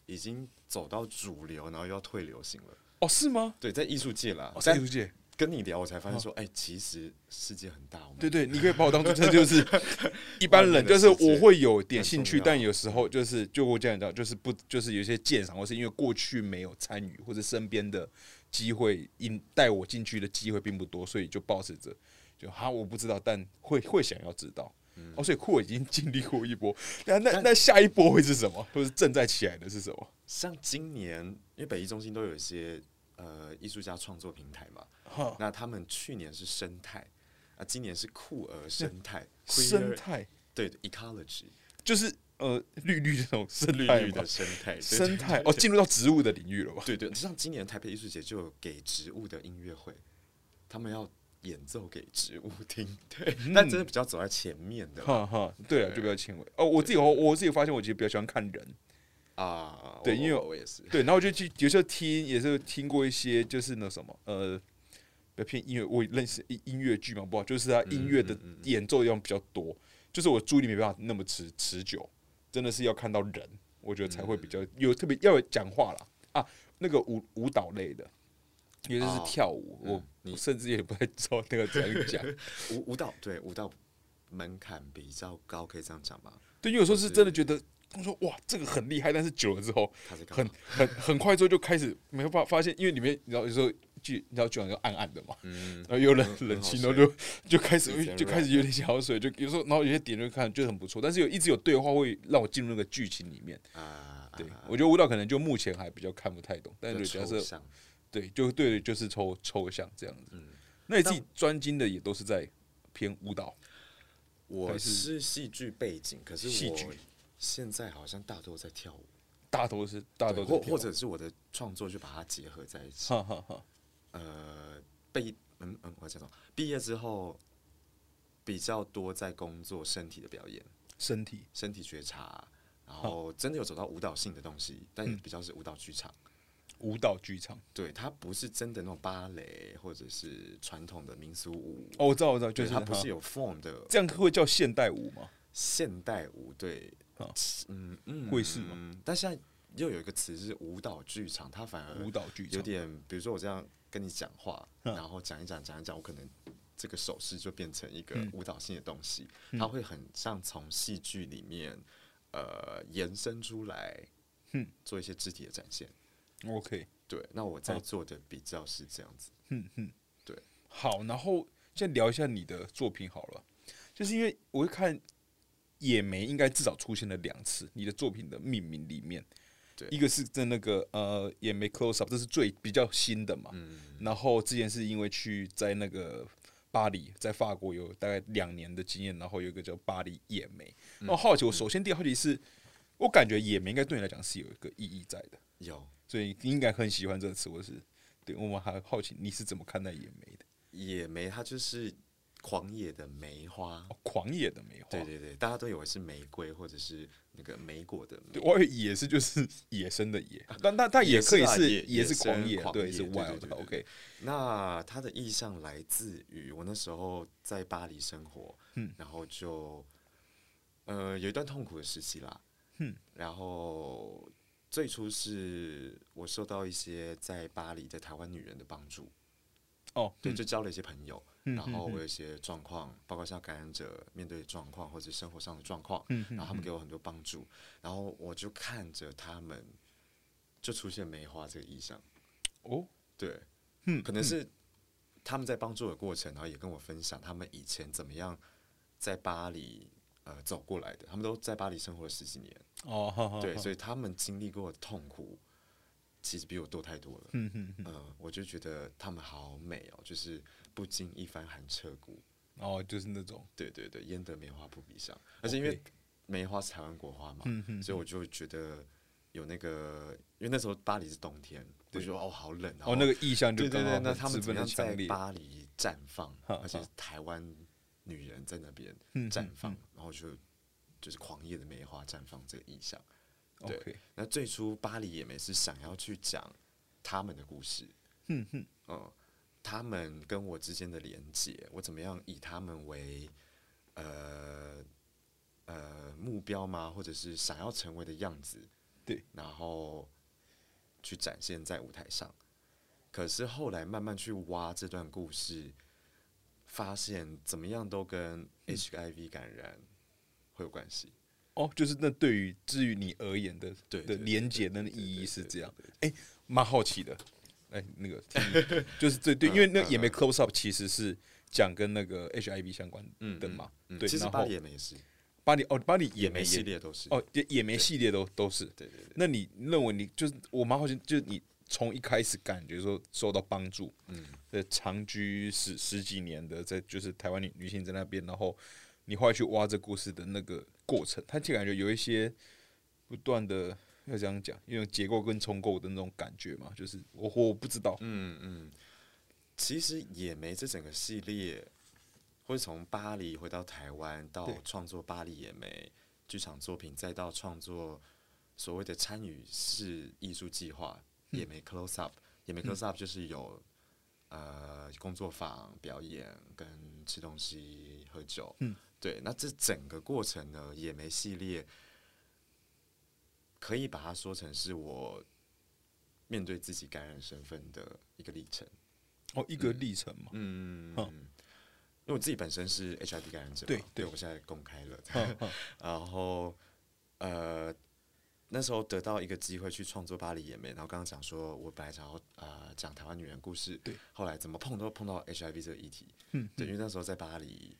B: 已经走到主流，然后又要退流行了。
A: 哦，是吗？
B: 对，在艺术界啦
A: 哦，，在
B: 但
A: 艺术界，
B: 跟你聊，我才发现说，哎，其实世界很大，我们
A: 对对，你可以把我当做这就是 一般人，就是我会有点兴趣，但有时候就是就我这样讲，就是不就是有一些鉴赏，或是因为过去没有参与，或者身边的机会引带我进去的机会并不多，所以就抱持着就哈我不知道，但会会想要知道。
B: 嗯
A: 哦，所以酷我已经经历过一 波，那那那下一波会是什么？或是正在起来的是什么？
B: 像今年，因为北艺中心都有一些呃艺术家创作平台嘛，
A: 哈，
B: 那他们去年是生态，啊，今年是酷儿生态，
A: 生
B: queer-
A: 态
B: 对 ecology
A: 就是呃绿绿的那种生
B: 绿
A: 态
B: 绿
A: 嘛
B: 的生态，对
A: 生态哦，进入到植物的领域了吧？
B: 对对，像今年台北艺术节就有给植物的音乐会，他们要演奏给植物听，对，
A: 嗯
B: 但真的比较走在前面的
A: 哈
B: 啦
A: 哈，对啊，就比较轻微。哦，我自己我我自己发现，我其实比较喜欢看人。
B: 啊，
A: 对
B: 我
A: 因为
B: 我我也是，
A: 对，然后我就去有时候听，也是听过一些就是那什么呃，比较偏音乐，我认识音音乐剧嘛，不好，就是它音乐的演奏量比较多，就是我注意力没办法那么持持久，真的是要看到人，我觉得才会比较有特别要有讲话啦啊，那个舞舞蹈类的。尤其是
B: 哦
A: 跳舞，我我甚至也不太知道那个怎样 讲。
B: 舞舞蹈对舞蹈门槛比较高，可以这样讲吧？
A: 对，因为有时候是真的觉得，我说哇，这个很厉害，但是久了之后，
B: 他在干
A: 很
B: 嘛？
A: 很很快之后就开始没有办法发现，因为里面你知道有时候剧你知道剧场就暗暗的嘛，
B: 嗯
A: 然后又冷
B: 很
A: 冷
B: 好
A: 清，
B: 睡
A: 然后就就开始
B: 以前
A: 就开始
B: rap
A: 有点想要睡，就有时候然后有些点就看就很不错，但是有一直有对话会让我进入那个剧情里面。
B: 啊，
A: 对
B: 啊，
A: 我觉得舞蹈可能就目前还比较看不太懂，但
B: 比
A: 是
B: 较
A: 假
B: 抽
A: 设
B: 象
A: 对就对的就是抽抽象这样子。
B: 嗯
A: 那你自己专精的也都是在偏舞蹈
B: 我
A: 还是
B: 是戏剧背景，可是
A: 戏
B: 我
A: 剧
B: 现在好像大多在跳舞，
A: 大头是大头
B: 对
A: 在
B: 或
A: 跳舞，
B: 或者是我的创作就把它结合在一起。
A: 哈哈哈，
B: 呃，被嗯嗯，我讲什么？毕业之后比较多在工作身体的表演，
A: 身体
B: 身体觉察，
A: 哦
B: 然后真的有走到舞蹈性的东西，但
A: 嗯
B: 也比较是舞蹈剧场。
A: 舞蹈剧场。
B: 对，它不是真的那种芭蕾或者是传统的民俗舞，
A: 哦，我知道我知道，就
B: 对，
A: 是
B: 它不
A: 哈
B: 是有 form 的
A: 这样会叫现代舞吗？
B: 现代舞。对
A: 啊，
B: 嗯嗯，
A: 会是吗
B: 嗯但现在又有一个词是舞蹈剧场，它反而
A: 舞蹈剧
B: 有
A: 场。
B: 点，比如说我这样跟你讲话，
A: 嗯
B: 然后讲一讲讲一讲，我可能这个手势就变成一个
A: 嗯
B: 舞蹈性的东西，它会很像从戏剧里面呃延伸出来，
A: 嗯
B: 做一些肢体的展现。
A: OK，
B: 对，那我
A: 哦
B: 在做的比较是这样子，
A: 好，然后先聊一下你的作品好了，就是因为我会看野莓应该至少出现了两次，你的作品的命名里面，
B: 对
A: 一个是在那个呃野莓 close up，这是最比较新的嘛，
B: 嗯
A: 然后之前是因为去在那个。巴黎在法国有大概两年的经验，然后有一个叫巴黎野莓。那我
B: 嗯
A: 好奇，我首先第一个好奇是，我感觉野莓应该对你来讲是有一个意义在的，
B: 有
A: 所以你应该很喜欢这个词。我是对我们还好奇你是怎么看待野莓的？
B: 野梅，它就是狂野的梅花。
A: 哦，狂野的梅花。
B: 对对对，大家都以为是玫瑰或者是那个莓果的
A: 对
B: 莓，
A: 我以为野是就是野生的野，但但它也
B: 也
A: 可以
B: 是啊
A: 是
B: 野
A: 也
B: 野
A: 是
B: 生
A: 狂野，
B: 狂
A: 对，
B: 野
A: 是
B: 对对
A: wild
B: 对
A: 的。
B: 对
A: OK，
B: 那它的意象来自于我那时候在巴黎生活，嗯，然后就呃有一段痛苦的时期啦，嗯，然后最初是我受到一些在巴黎的台湾女人的帮助，
A: 哦，
B: 对，就交了一些朋友，
A: 嗯
B: 然后我有一些状况，包括像感染者面对的状况或者生活上的状况，
A: 嗯
B: 然后他们给我很多帮助，然后我就看着他们，就出现梅花这个意象。
A: 哦，
B: 对，
A: 嗯
B: 可能是他们在帮助的过程，然后也跟我分享他们以前怎么样在巴黎，呃走过来的，他们都在巴黎生活了十几年，
A: 哦，哈哈
B: 对，
A: 哈
B: 所以他们经历过的痛苦，其实比我多太多了。
A: 嗯哼哼，
B: 嗯，我就觉得他们好美哦，就是不经一番寒彻骨。
A: 哦，就是那种，
B: 对对对，焉得梅花扑鼻香？而且因为
A: OK
B: 梅花是台湾国花嘛，
A: 嗯哼
B: 所以我就觉得有那个，因为那时候巴黎是冬天，我
A: 对
B: 就觉得哦好冷
A: 哦，那个意象就
B: 对
A: 刚
B: 对
A: 好
B: 对，那
A: 很
B: 他们
A: 直
B: 怎
A: 奔
B: 么
A: 的
B: 样在
A: 强烈，
B: 巴黎绽放？
A: 哈
B: 而且
A: 哈
B: 台湾女人在那边
A: 嗯
B: 绽
A: 嗯
B: 放
A: 嗯，
B: 然后就就是狂野的梅花绽放这个意象。对
A: 嗯 OK，
B: 那最初巴黎也没是想要去讲他们的故事，
A: 哼哼，
B: 嗯，他们跟我之间的连接，我怎么样以他们为呃呃目标吗？或者是想要成为的样子？
A: 对，
B: 然后去展现在舞台上。可是后来慢慢去挖这段故事，发现怎么样都
A: 嗯
B: 跟 HIV 感染会有关系。
A: 哦，就是那对于至于你而言的
B: 对
A: 的
B: 对
A: 连接的那意义是这样，哎，蛮好奇的，哎，那个 听你就是对
B: 嗯
A: 对，因为那也没 close up，其实是讲跟那个 HIV 相关的嘛，
B: 嗯，
A: 对，
B: 其实
A: 然
B: 巴
A: 后
B: 黎也没事，
A: 巴黎哦，巴黎
B: 也
A: 也没
B: 没系
A: 也
B: 列都是。
A: 哦，也也没系列都都是，
B: 对对对，
A: 那你认为你就是我蛮好奇，就是你从一开始感觉说受到帮助，
B: 嗯，
A: 呃，长居十十几年的在就是台湾女女性在那边，然后你后来去挖这故事的那个过程，它就感觉有一些不断的要这样讲，一种结构跟重构的那种感觉嘛，就是我我不知道，
B: 嗯嗯，其实野莓这整个系列，会从巴黎回到台湾，到
A: 对
B: 创作巴黎野莓剧场作品，再到创作所谓的参与式艺术计划
A: 嗯
B: 野莓 Close Up，野莓 Close Up 就是有、呃工作坊、表演跟吃东西、喝酒。
A: 嗯，
B: 对。那这整个过程呢，野莓系列可以把它说成是我面对自己感染身份的一个历程。
A: 哦，一个历程嘛，
B: 嗯，
A: 好
B: 因为我自己本身是 HIV 感染者嘛，
A: 对对
B: 对我现在公开了，
A: 嗯嗯
B: 然后呃，那时候得到一个机会去创作《巴黎野妹》，然后刚刚讲说我本来想要呃讲台湾女人故事，
A: 对，
B: 后来怎么碰都碰到 HIV 这个议题，
A: 嗯，
B: 对，因为那时候在巴黎，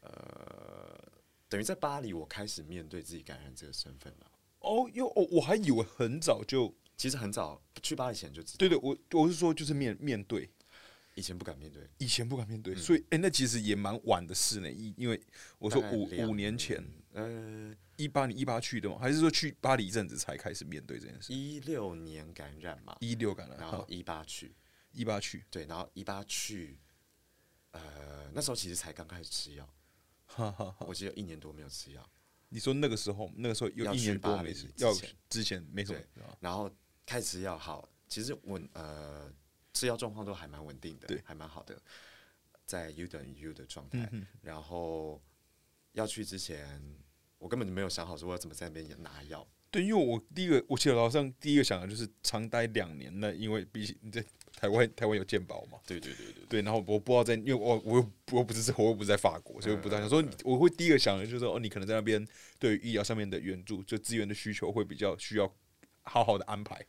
B: 呃，等于在巴黎我开始面对自己感染这个身份了。
A: 哦，哟，哦，我还以为很早就，
B: 其实很早去巴黎前就知道，
A: 对对，我我是说就是面面对，
B: 以前不敢面对，
A: 以前不敢面
B: 嗯
A: 对，所以哎、诶那其实也蛮晚的事呢，因因为我说
B: 大概
A: 五
B: 两
A: 五年前，
B: 呃，
A: 一八年一八去的吗？还是说去巴黎一阵子才开始面对这件事？
B: 一六年感染嘛，
A: 一六感染，
B: 然
A: 好
B: 后一八去，
A: 一八去，
B: 对，然后一八去，呃，那时候其实才刚开始吃药，
A: 哈哈哈。
B: 我记得有一年多没有吃药，
A: 你说那个时候，那个时候有
B: 要
A: 一
B: 去
A: 年多
B: 巴
A: 没
B: 黎
A: 事，
B: 之
A: 要
B: 前
A: 之前没什么
B: 对，然后开始吃药好，其实我呃吃药状况都还蛮稳定的，
A: 对
B: 还蛮好的，在 U 等于 U 的状态，然后要去之前，我根本就没有想好说我要怎么在那边拿药，
A: 对，因为我第一个，我记得老上第一个想的就是长待两年，那因为毕竟你在台湾，台湾有健保嘛，
B: 对对对对，
A: 对，然后我不知道在，因为我我又我又不是在我又不是在法国，所以我
B: 嗯
A: 不知道。想说你，我会第一个想的就是说，哦，你可能在那边对于医疗上面的援助，就资源的需求会比较需要好好的安排。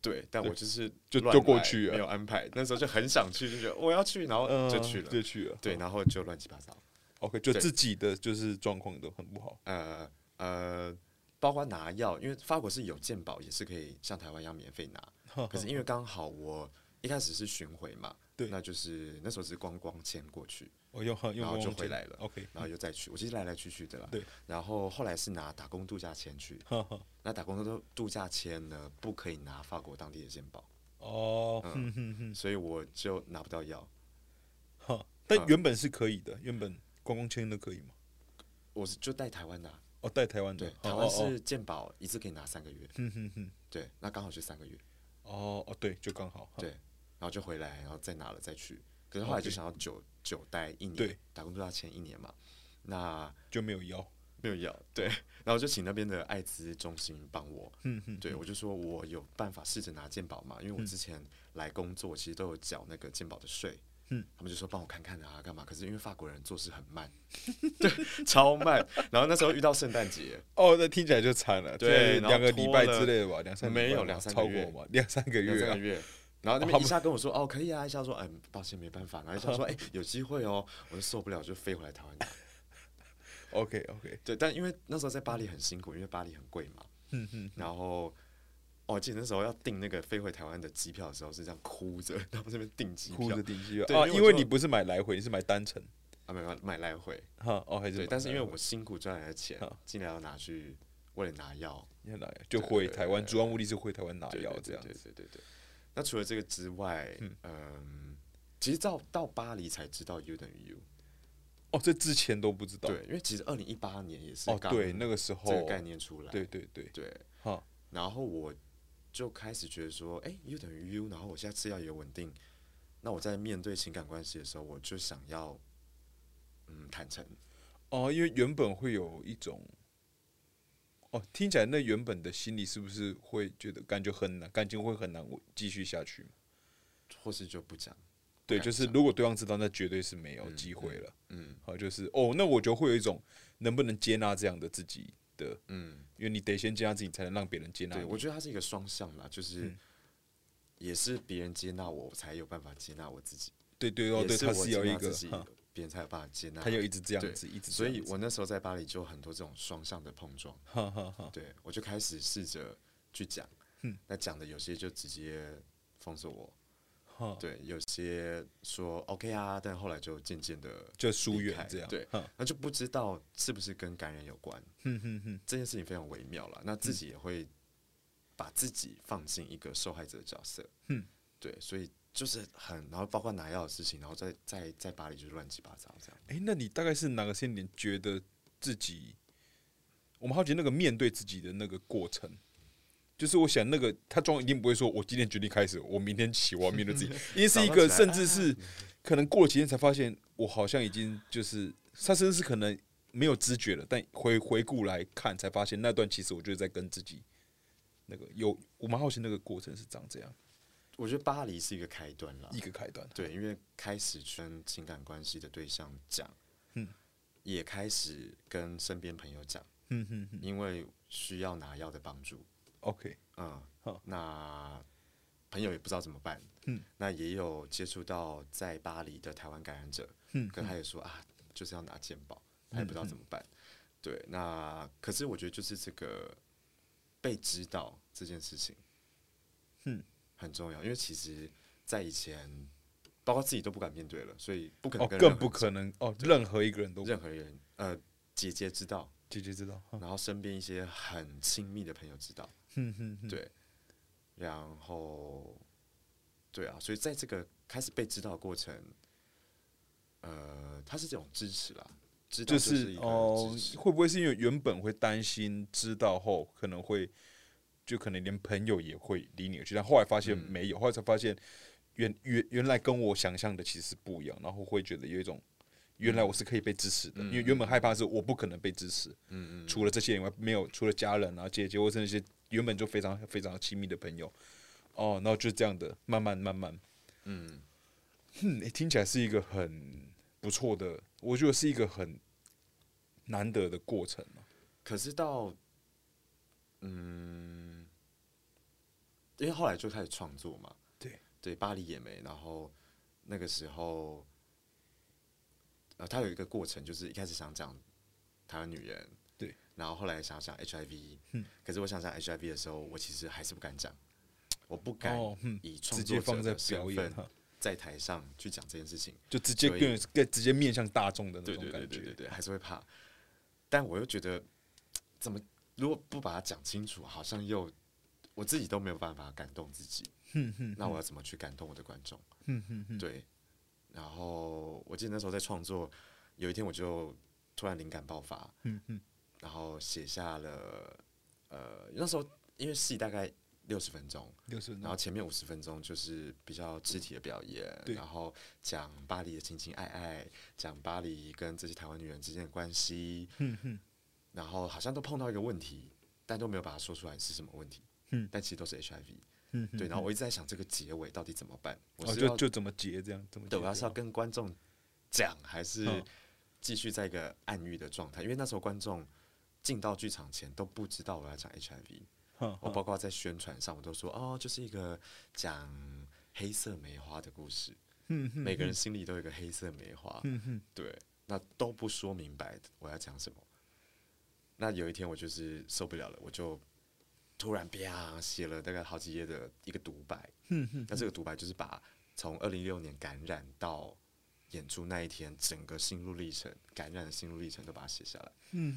B: 对，但我就是
A: 就
B: 乱
A: 就过
B: 来
A: 去了嗯
B: 没有安排，那时候就很想去，就觉得我要去，然后呃就去了，
A: 就去了。
B: 对，然后就乱七八糟。
A: OK，就
B: 对
A: 自己的就是状况都很不好。
B: 呃呃，包括拿药，因为法国是有健保，也是可以像台湾一样免费 拿。可是因为刚好我一开始是巡回嘛，
A: 对
B: 那就是那时候只是光光签过去，
A: 我用用
B: 然后
A: 光
B: 就
A: 剑
B: 回来了
A: OK，
B: 然后又再去，我其实来来去去的啦。
A: 对。
B: 然后后来是拿打工度假签去，
A: 哈哈
B: 那打工度度假签呢不可以拿法国当地的健保，
A: 哦，
B: 嗯
A: 哼哼哼
B: 所以我就拿不到药。
A: 哈。
B: 嗯
A: 但原本是可以的，原本观光签的可以吗？
B: 我是就带台湾拿，
A: 哦，带台湾的
B: 对，，
A: 哦
B: 台湾
A: 哦
B: 是健保一次可以拿三个月，
A: 哼哼哼，
B: 对，那刚好就三个月。
A: 哦哦，对，就刚好，
B: 对，然后就回来，然后再拿了再去。可是后来
A: OK
B: 就想要久久待一年，
A: 哦对，
B: 打工度假签一年嘛，那
A: 就没有腰，
B: 没有要对，然后就请那边的艾滋中心帮我，
A: 哼哼，
B: 对我就说我有办法试着拿健保嘛，因为我之前来工作其实都有缴那个健保的税。
A: 嗯
B: 他们就说帮我看看啊，干嘛？可是因为法国人做事很慢， 对，超慢。然后那时候遇到圣诞节，
A: 哦，那听起来就惨了，
B: 对
A: 这
B: 然后
A: 两个礼拜
B: 拖了
A: 之类的吧，两三个礼拜
B: 没有
A: 吧
B: 两三
A: 超
B: 个月
A: 过嘛，两三个
B: 两
A: 月
B: 三
A: 啊
B: 个，月。然后那
A: 他
B: 边
A: 们
B: 一下跟我说哦可以啊，一下说嗯抱歉没办法，然后一下说哎、有机会哦，我就受不了就飞回来台湾。
A: OK OK，
B: 对，但因为那时候在巴黎很辛苦，因为巴黎很贵嘛。
A: 嗯嗯，
B: 然后，哦，我记得那时候要订那个飞回台湾的机票的时候是这样哭着， 然后这边订机
A: 哭
B: 票
A: 着顶机
B: 对
A: 啊，
B: 因为
A: 因
B: 我
A: 为
B: 就
A: 你不是买来回，你是买单程。
B: 啊，没有买来回。
A: 哈哦，还是
B: 对，
A: 买
B: 但是因为
A: 来回
B: 我辛苦赚来的钱
A: 好，
B: 尽量要拿去为了拿药，
A: 你看哪样就
B: 对
A: 回
B: 对
A: 台湾，
B: 对
A: 主要目的是回台湾拿
B: 对
A: 药
B: 对
A: 这样
B: 对
A: 子。
B: 对对对。那除了这个之外，嗯，其实到到巴黎才知道 U 等于 U，
A: 哦，这之前都不知道。
B: 对，因为其实二零一八年也是
A: 哦，
B: 刚
A: 对，那个时候
B: 这个概念出来，
A: 对对对，
B: 对，
A: 哈，
B: 然后我就开始觉得说，哎、u 等于 U，然后我现在吃药也稳定，那我在面对情感关系的时候，我就想要，嗯，坦诚，
A: 哦，因为原本会有一种，哦，听起来那原本的心理是不是会觉得感觉很难，感情会很难继续下去嘛？
B: 或是就不讲，
A: 对，
B: 感
A: 就是
B: 伤
A: 如果对方知道，那绝对是没有机会了。
B: 嗯
A: 好，就是哦，那我就会有一种能不能接纳这样的自己的，
B: 嗯，
A: 因为你得先接纳自己，才能让别人接纳
B: 对，
A: 你。
B: 我觉得它是一个双向啦，就是。
A: 嗯
B: 也是别人接纳我，我才有办法接纳我自己。
A: 对对哦，
B: 也
A: 对，
B: 是
A: 他
B: 我
A: 是
B: 接
A: 有一
B: 纳
A: 个
B: 自己，
A: 哈，
B: 别人才有办法接纳。
A: 他就一直这样
B: 对
A: 子，一直这
B: 所
A: 样
B: 以
A: 子，
B: 我那时候在巴黎就很多这种双向的碰撞。
A: 哈哈哈。
B: 对，我就开始试着去讲，
A: 嗯
B: 那讲的有些就直接封锁我，
A: 哈
B: 对，有些说 OK 啊，但后来就渐渐的
A: 就疏
B: 离
A: 远
B: 开
A: 这样，
B: 对
A: 哈，
B: 那就不知道是不是跟感染有关，
A: 哼哼哼，嗯
B: 这件事情非常微妙了，那自己也会把自己放进一个受害者的角色，
A: 嗯，
B: 对，所以就是很，然后包括拿药的事情，然后在在在巴黎就是乱七八糟这样，
A: 哎、那你大概是哪个时间点觉得自己？我们好奇那个面对自己的那个过程，就是我想那个他装一定不会说，我今天决定开始，我明天起我要面对 自己，一定是一个
B: 早上起来
A: 甚至是可能过了几天才发现，我好像已经就是他甚至是可能没有知觉了，但回回顾来看才发现那段其实我就是在跟自己那个有，我蛮好奇那个过程是长这样
B: 我觉得巴黎是一个开端啦，
A: 一个开端，
B: 对，因为开始跟情感关系的对象讲，也开始跟身边朋友讲，
A: 嗯哼哼
B: 因为需要拿药的帮助，
A: ，OK，
B: 嗯
A: 好，
B: 那朋友也不知道怎么办，
A: 嗯，
B: 那也有接触到在巴黎的台湾感染者，
A: 嗯
B: 跟他也说啊，就是要拿健保，他也不知道怎么办，对，那可是我觉得就是这个被知道这件事情，
A: 嗯，
B: 很重要，因为其实，在以前。包括自己都不敢面对了，所以不可
A: 哦，
B: 能跟任
A: 更
B: 何
A: 不可能哦，任何一个人都
B: 任何人，呃，姐姐知道，
A: 姐姐知道，哈
B: 然后身边一些很亲密的朋友知道，
A: 哼哼哼。
B: 对，然后，对啊，所以在这个开始被知道的过程，呃，它是这种支持啦，知道
A: 就
B: 就是
A: 是
B: 一个
A: 哦
B: 支持，，
A: 会不会是因为原本会担心知道后可能会，就可能连朋友也会离你而去，但后来发现没有，后来才发现原原原来跟我想象的其实不一样，然后会觉得有一种原来我是可以被支持的，
B: 嗯
A: 因为原本害怕是我不可能被支持，
B: 嗯嗯，
A: 除了这些以外没有，除了家人啊、姐姐或是那些原本就非常非常亲密的朋友，哦，然后就这样的慢慢慢慢，
B: 嗯，
A: 嗯，诶听起来是一个很不错的，我觉得是一个很难得的过程啊
B: 可是到，嗯，因为后来就开始创作嘛，
A: 对
B: 对，巴黎也没，然后那个时候，呃，他有一个过程，就是一开始想讲台湾女人，
A: 对，嗯
B: 然后后来想想 HIV，可是我想想 HIV 的时候，我其实还是不敢讲，我不敢
A: 哦嗯
B: 以创
A: 直
B: 作
A: 接放
B: 者
A: 在
B: 的
A: 表演
B: 身份
A: 哈，
B: 在台上去讲这件事情，
A: 就直接
B: 所以
A: 更更直接面向大众的那
B: 对
A: 种
B: 对对
A: 感
B: 对对
A: 觉。
B: 对，还是会怕。但我又觉得，怎么如果不把它讲清楚，好像又我自己都没有办法感动自己。那我要怎么去感动我的观众？对。然后我记得那时候在创作，有一天我就突然灵感爆发，然后写下了，呃，那时候因为戏大概六十分钟，
A: 就是
B: 然后前面五十分钟就是比较肢体的表演，
A: 对
B: 然后讲巴黎的情情爱爱，讲巴黎跟这些台湾女人之间的关系，
A: 嗯哼，
B: 然后好像都碰到一个问题，但都没有把它说出来是什么问题，
A: 嗯
B: 但其实都是 HIV，
A: 嗯
B: 对，然后我一直在想这个结尾到底怎么办，我
A: 哦，
B: 是要、
A: 就就怎么结这样，怎嗯么
B: 对，我要
A: 结
B: 是要跟观众讲，还是
A: 嗯
B: 继续在一个暗喻的状态，因为那时候观众进到剧场前都不知道我要讲 HIV，
A: 哼
B: 我
A: 哼
B: 包括在宣传上，我都说哦，就是一个讲黑色梅花的故事，
A: 嗯哼嗯
B: 每个人心里都有一个黑色梅花，
A: 嗯哼，
B: 对。那都不说明白我要讲什么。那有一天我就是受不了了，我就突然啪写了大概好几页的一个独白。
A: 嗯
B: 那这个独白就是把从二零一六年感染到演出那一天整个心路历程，感染的心路历程都把它写下来。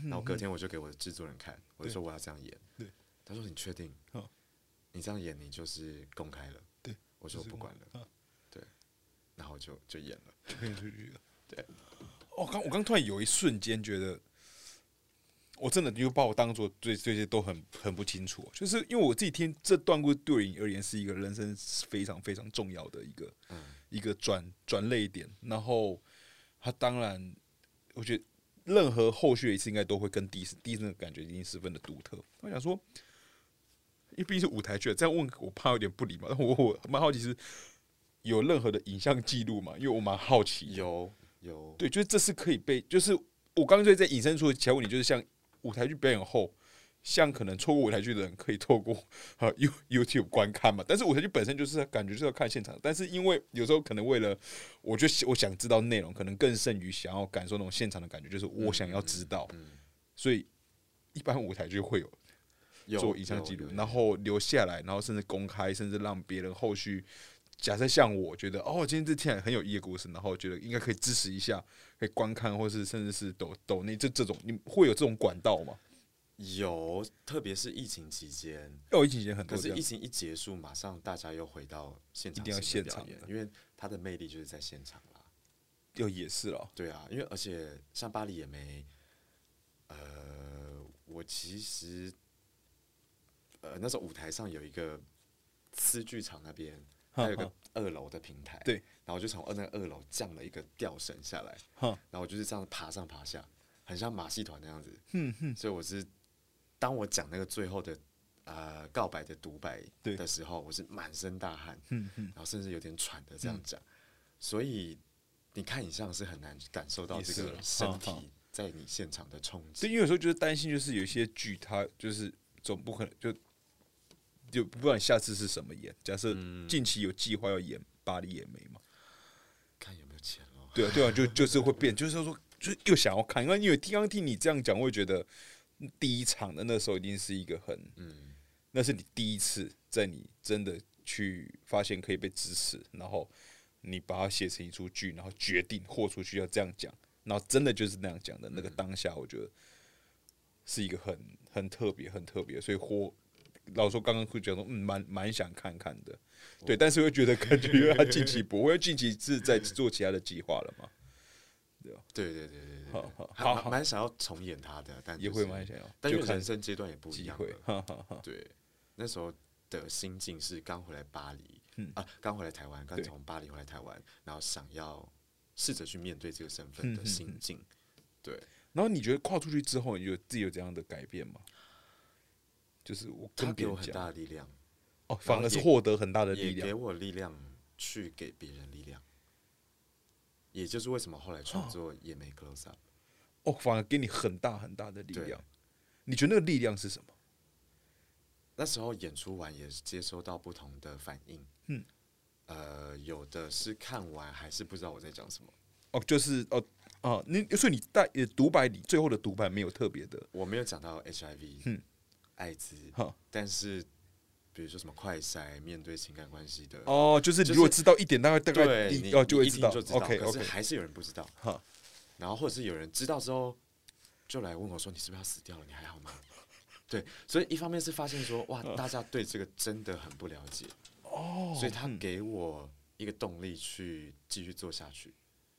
B: 然后隔天我就给我的制作人看，我就说我要这样演。
A: 嗯对
B: 他说你确定
A: 哦？
B: 你这样演你就是公开了。
A: 对，
B: 我说我
A: 就是
B: 不管
A: 公
B: 了嗯
A: 啊。
B: 对，然后就就演了。
A: 推出去了。
B: 对，
A: 哦，刚我刚突然有一瞬间觉得，我真的就把我当做对这些都很很不清楚，哦就是因为我自己听这段故事对你而言是一个人生非常非常重要的一个、一个转转泪点，然后他当然，我觉得任何后续的一次应该都会跟第一次第一次的感觉一定十分的独特。我想说。因为毕竟是舞台剧，啊这样问我怕有点不礼貌，但我我蛮好奇是有任何的影像记录嘛？因为我蛮好奇的，
B: 有有，
A: 对，就是这是可以被，就是我刚才在引申出的其他问题，就是像舞台剧表演后，像可能错过舞台剧的人可以透过呃 You YouTube 观看嘛，但是舞台剧本身就是感觉就是要看现场，但是因为有时候可能为了，我就我想知道内容，可能更胜于想要感受那种现场的感觉，就是我想要知道，所以一般舞台剧会有
B: 有
A: 做影像记录
B: 有，有
A: 然后留下来，然后甚至公开，甚至让别人后续。假设像我觉得哦，今天这听起来很有意义的故事，然后觉得应该可以支持一下，可以观看，或是甚至是抖抖内这这种，你会有这种管道吗？
B: 有，特别是疫情期间，
A: 哦，疫情前很多
B: 可
A: 这
B: 是
A: 样
B: 疫，情一结束，马上大家又回到现场
A: 一定要现
B: 性的表
A: 场
B: 演
A: 的，
B: 因为它的魅力就是在现场啦。
A: 又也是了，
B: 对啊，因为而且像巴黎也没，呃，我其实，呃，那时候舞台上有一个丝剧场那边，它有
A: 哈
B: 个
A: 哈
B: 二楼的平台，
A: 嗯对，
B: 然后我就从二那二楼降了一个吊绳下来，
A: 哈，
B: 然后我就是这样爬上爬下，很像马戏团那样子。
A: 嗯
B: 所以我是当我讲那个最后的呃告白的独白
A: 对
B: 的时候，我是满身大汗，
A: 嗯嗯，
B: 然后甚至有点喘的这样讲。所以你看影像是很难感受到
A: 也
B: 这
A: 是
B: 个
A: 啦
B: 身
A: 哈哈
B: 体在你现场的冲
A: 对，
B: 击。
A: 因为有时候就是担心，就是有一些剧它就是总不可能就就不管下次是什么演，假设近期有计划要演巴黎也没嘛，
B: 看有没有钱咯。
A: 对啊，对啊，就就是会变，就是说，就是又想要看，因为因为听刚听你这样讲，会觉得第一场的那时候一定是一个很，
B: 嗯，
A: 那是你第一次在你真的去发现可以被支持，然后你把它写成一出剧，然后决定豁出去要这样讲，然后真的就是那样讲的那个当下，我觉得是一个很很特别、很特别，所以豁。老实说刚刚会觉得嗯，蛮蛮想看看的，对，但是会觉得感觉因为他近期不会，因为近期是在做其他的计划了嘛，
B: 对对对对对
A: 好好
B: 还
A: 好
B: 蛮
A: 好
B: 蛮想要重演他的，但、
A: 也会蛮，想要，
B: 但
A: 就
B: 因为
A: 看
B: 人生阶段也不一
A: 机
B: 样
A: 会
B: 了，。
A: 哈哈哈。
B: 对，那时候的心境是刚回来巴黎，啊，刚回来台湾，刚
A: 嗯对
B: 从巴黎回来台湾，然后想要试着去面对这个身份的心
A: 嗯
B: 境。对，
A: 然后你觉得跨出去之后，你有自己有怎样的改变吗？就是我嗯
B: 他
A: 跟
B: 给
A: 别
B: 我
A: 人
B: 很大
A: 讲，
B: 的力量，
A: 哦，反而
B: 也
A: 是获得很大的
B: 也
A: 力
B: 给
A: 量。
B: 我力量去给别人力量。也就是为什么后来创作也没 close up，
A: 哦，反而给你很大很大的力
B: 对
A: 量。你觉得那个力量是什么？
B: 那时候演出完也是接收到不同的反应，
A: 嗯，
B: 呃，有的是看完还是不知道我在讲什么，
A: 哦，就是哦啊，你所以你带呃独白，你最后的独白没有特别的
B: 我没有讲到 HIV，
A: 嗯
B: 艾滋，
A: 哈。
B: 但是比如说什么快筛，面对情感关系的，
A: 哦，就是你
B: 就是
A: 如果知道一点，大概大概
B: 对，
A: 你
B: 你
A: 哦就
B: 你
A: 会
B: 一
A: 知
B: 听
A: 道。
B: 就知道
A: OK
B: 可是
A: OK，
B: 还是有人不知道，
A: 哈，
B: 然后或者是有人知道之后，就来问我说：“你是不是要死掉了？你还好吗？” 对，所以一方面是发现说，哇，大家对这个真的很不了解，
A: 哦，
B: 所以他给我一个动力去继续做下去，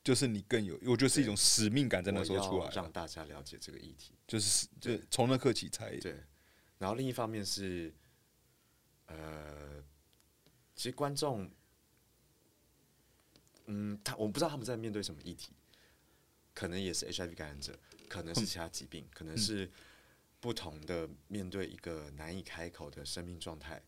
A: 就是你更有，我觉得是一种使命感在那
B: 我
A: 时候出来
B: 要让
A: 了，
B: 大家了解这个议题。
A: 就是就从那刻起才
B: 对，然后另一方面是，呃，其实观众，嗯，他我不知道他们在面对什么议题，可能也是 HIV 感染者，可能是其他疾病，可能是不同的面对一个难以开口的生命状态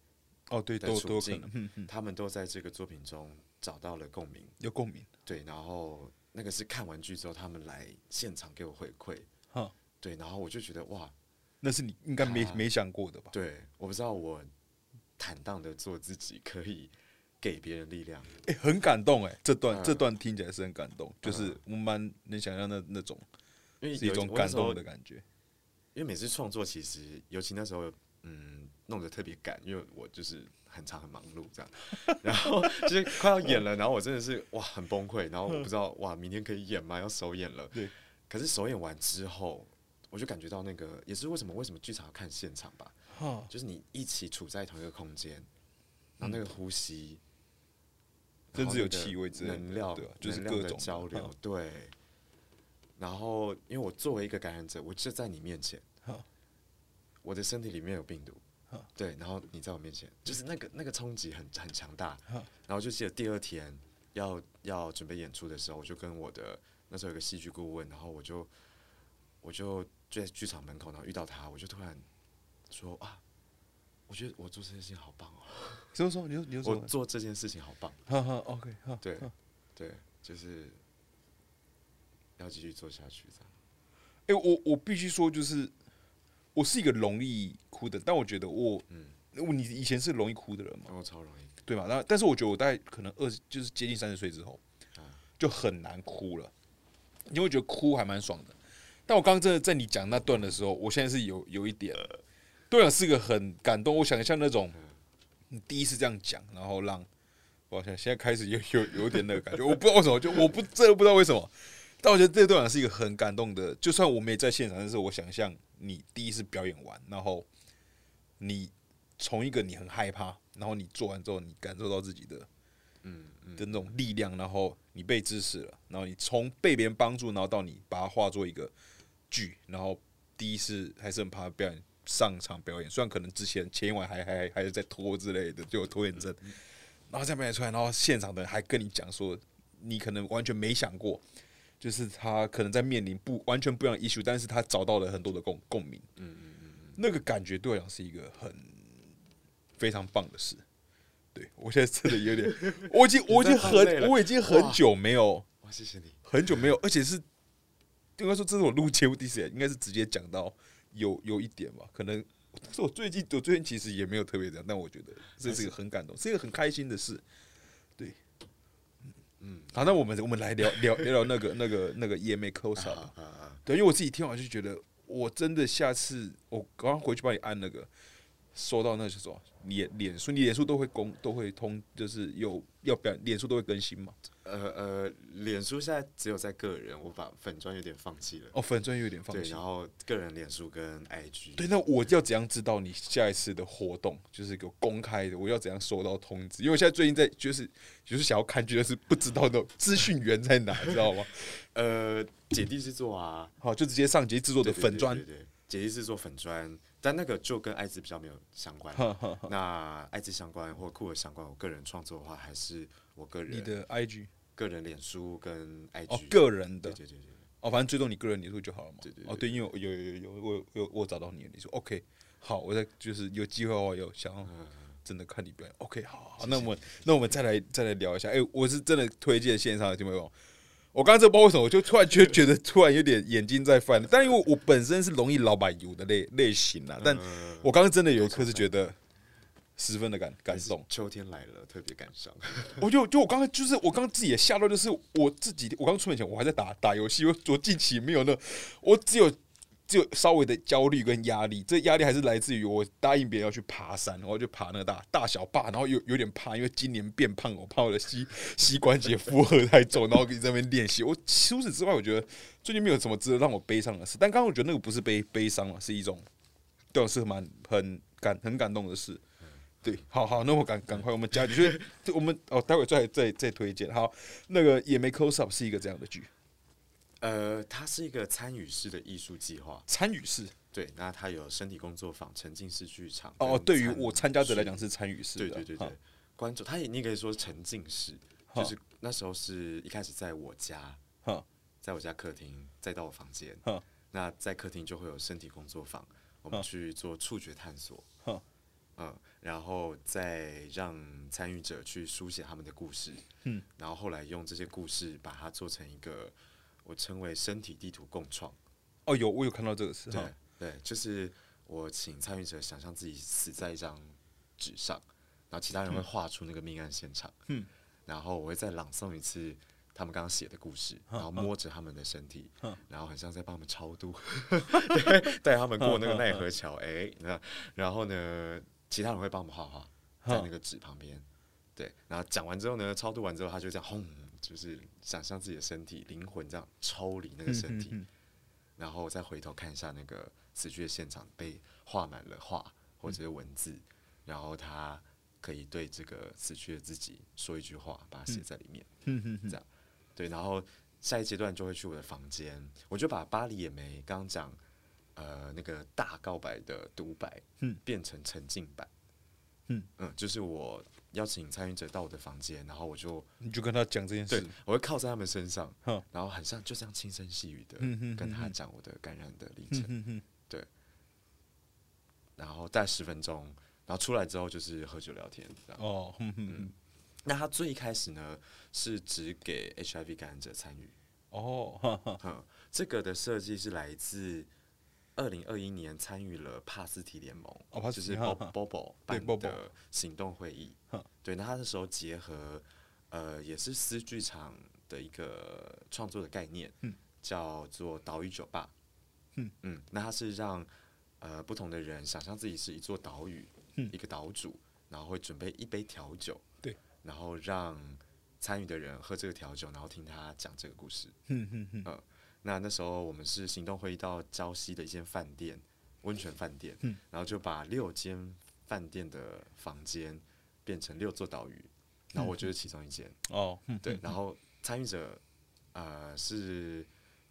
A: 哦对，
B: 的
A: 都
B: 处
A: 都可
B: 境
A: 能，嗯，嗯，
B: 他们都在这个作品中找到了共鸣。
A: 有共鸣，
B: 对，然后那个是看完剧之后，他们来现场给我回馈，
A: 哈。
B: 对，然后我就觉得哇，
A: 那是你应该没
B: 他
A: 没想过的吧？
B: 对，我不知道我坦荡的做自己可以给别人力量。
A: 哎、很感动哎、这段、
B: 嗯
A: 这段听起来是很感动，就是我们蛮能想象那那种
B: 因为
A: 是一
B: 有
A: 种
B: 我那
A: 感
B: 时候
A: 动的感觉。
B: 因为每次创作其实，尤其那时候，嗯，弄得特别赶，因为我就是很长很忙碌这样，然 后就是快要演了，然后我真的是哇很崩溃，然后我不知道哇明天可以演吗？要首演了，
A: 嗯对。
B: 可是首演完之后，我就感觉到那个也是为什么为什么剧场要看现场吧，
A: 哈，
B: 就是你一起处在同一个空间，然后
A: 嗯
B: 那个呼吸，
A: 甚至有
B: 然后那个
A: 气味之类的
B: 能量
A: 对啊就是
B: 能量
A: 各
B: 的
A: 种的
B: 交流
A: 嗯，
B: 对。然后，因为我作为一个感染者，我就在你面前
A: 好，
B: 我的身体里面有病毒
A: 好，
B: 对，然后你在我面前，就是那个那个冲击很很强大
A: 好。
B: 然后就记得第二天要要准备演出的时候，我就跟我的那时候有个戏剧顾问，然后我就我就就在剧场门口，然后遇到他，我就突然说啊，我觉得我做这件事情好棒哦，
A: 什么时候你又你又
B: 我
A: 说？
B: 做这件事情好棒，
A: 哈哈，OK，哈，
B: 对
A: 哈
B: 对，就是要继续做下去这样。
A: 哎、我我必须说，就是我是一个容易哭的，但我觉得我，
B: 嗯
A: 我你以前是容易哭的人嘛，
B: 然后超容易，
A: 对嘛？那但是我觉得我大概可能二十，就是接近三十岁之后
B: 啊，
A: 就很难哭了，因为我觉得哭还蛮爽的。但我刚刚真的在你讲那段的时候，我现在是有有一点，对啊，是个很感动。我想像那种你第一次这样讲，然后让，我想现在开始有有有点那个感觉，我不知道为什么，就我不真的不知道为什么。但我觉得这段是一个很感动的，就算我没在现场，但是我想象你第一次表演完，然后你从一个你很害怕，然后你做完之后，你感受到自己的
B: 嗯嗯，
A: 的那种力量，然后你被支持了，然后你从被别人帮助，然后到你把它化作一个剧，然后第一次还是很怕表演上场表演，虽然可能之前前一晚还还还是在拖之类的，就有拖延症，
B: 嗯
A: 然后再表演出来，然后现场的人还跟你讲说，你可能完全没想过，就是他可能在面临不完全不一样的 issue，但是他找到了很多的共共鸣，嗯嗯嗯，那个感觉对我来讲是一个很非常棒的事。对我现在真的有点， 我已经我已经
B: 你真的太累
A: 很
B: 了
A: 我已经很
B: 哇
A: 久没有
B: 哇，谢谢你，
A: 很久没有，而且是应该说这是我录节目第一次，应该是直接讲到有有一点吧，可能。但是我最近，我最近其实也没有特别这样，但我觉得这是一个很感动，是一个很开心的事。对，嗯，好，那我们我们来聊聊聊聊那个那个那个 EMA close up
B: 啊。啊啊，
A: 对，因为我自己听完就觉得，我真的下次我刚刚回去帮你按那个，收到那个是什么脸脸书，你脸书都会公都会通，就是有要表脸书都会更新嘛？
B: 呃呃，脸书现在只有在个人，我把粉砖有点放弃了，
A: 哦，粉钻有点放
B: 对，
A: 弃
B: 然。后个人脸书跟 IG，
A: 对，那我要怎样知道你下一次的活动就是有公开的？我要怎样收到通知？因为我现在最近在就是就是想要看剧，就是不知道那种资讯源在哪，知道吗？
B: 呃，姐弟制作啊，
A: 好，就直接上节制作的
B: 对对
A: 粉
B: 对
A: 砖
B: 对，对，姐弟制作粉砖，但那个就跟艾滋比较没有相关。那艾滋相关或酷儿相关，我个人创作的话，还是我个
A: 你
B: 人
A: 的 IG
B: 个人脸书跟 IG，、
A: 哦，个人的
B: 对对对对，
A: 哦，反正追踪你个人脸书就好了嘛。
B: 对对
A: 哦，对，因为我有有有有我有我找到你的脸书，OK，好，我再就是有机会的话，有想要真的看你表演，OK，好好，好那我们那我们再来再来聊一下。哎、我是真的推荐线上的听众朋友。我刚刚这不知道为什么，我就突然就觉得突然有点眼睛在泛，但因为我本身是容易老板油的类类型啊，但我刚刚真的有一刻是觉得十分的感感动。
B: 秋天来了，特别感伤。
A: 我就就我刚才就是我刚刚自己也吓到，就是我自己，我刚出门前我还在打打游戏，我我近期没有那，我只有只有稍微的焦虑跟压力，这压力还是来自于我答应别人要去爬山，然后就爬那个大大小坝，然后有有点怕，因为今年变胖，我怕我的膝膝关节负荷太重，然后一直在那边练习。我除此之外，我觉得最近没有什么值得让我悲伤的事，但刚刚我觉得那个不是悲悲伤了，是一种对我是蛮很感很感动的事。对，好好，那我赶赶快我们加，就是我们哦，待会再再再推荐。好，那个也没 close up 是一个这样的剧，
B: 呃，它是一个参与式的艺术计划，
A: 参与式
B: 对，那它有身体工作坊、沉浸式剧场。
A: 哦，
B: 跟
A: 对于
B: 餐
A: 我参加者来
B: 室，
A: 讲是参与式的，
B: 对对对
A: 哈
B: 对，观众他也你也可以说沉浸式，
A: 哈
B: 就是那时候是一开始在我家，
A: 哈
B: 在我家客厅，再到我房间
A: 哈，
B: 那在客厅就会有身体工作坊，我们去做触觉探索
A: 哈，
B: 嗯，然后再让参与者去书写他们的故事，嗯，然后后来用这些故事把它做成一个我称为身体地图共创。
A: 哦，有我有看到这个词，哈
B: 对对，就是我请参与者想象自己死在一张纸上，然后其他人会画出那个命案现场，嗯，然后我会再朗诵一次他们刚刚写的故事，然后摸着他们的身体，然后很像在帮他们超度， 对，带他们过那个奈何桥，哎，那然后呢，其他人会帮我们画画，在那个纸旁边，对，然后讲完之后呢，超度完之后，他就这样轰，就是想象自己的身体灵魂这样抽离那个身体，然后再回头看一下那个死去的现场被画满了画或者是文字，然后他。可以对这个死去的自己说一句话，把它写在里面，这样对。然后下一阶段就会去我的房间，我就把巴黎野莓刚刚讲呃那个大告白的独白，
A: 嗯
B: 变成沉浸版，嗯就是我邀请参与者到我的房间，然后我就
A: 你就跟他讲这件
B: 对
A: 事，
B: 我会靠在他们身上
A: 哼，
B: 然后很像就这样轻声细语的
A: 嗯哼嗯
B: 跟他讲我的感染的历程，然后待十分钟，然后出来之后就是喝酒聊天这样。
A: 哦，哼哼
B: 嗯
A: 哼
B: 那他最一开始呢，是只给 HIV 感染者参与。
A: 哦，哈哈，
B: 哼，这个的设计是来自二零二一年参与了帕斯提联盟，
A: 哦帕斯
B: 就
A: 提
B: 是
A: 哈
B: Bob
A: 哈
B: Bobo
A: 对
B: 办
A: Bobo
B: 的行动会议
A: 哈。
B: 对，那他那时候结合呃，也是思剧场的一个创作的概念，
A: 嗯
B: 叫做岛屿酒吧。嗯那它是让呃不同的人想象自己是一座岛屿，一个岛主，然后会准备一杯调酒，
A: 嗯对，
B: 然后让参与的人喝这个调酒，然后听他讲这个故事。
A: 哼
B: 嗯
A: 哼哼，
B: 那那时候我们是行动会议到礁溪的一间饭店，温泉饭店，
A: 嗯
B: 然后就把六间饭店的房间变成六座岛屿，然后我
A: 嗯
B: 就是其中一间，
A: 哦，哼
B: 对，然后参与者呃是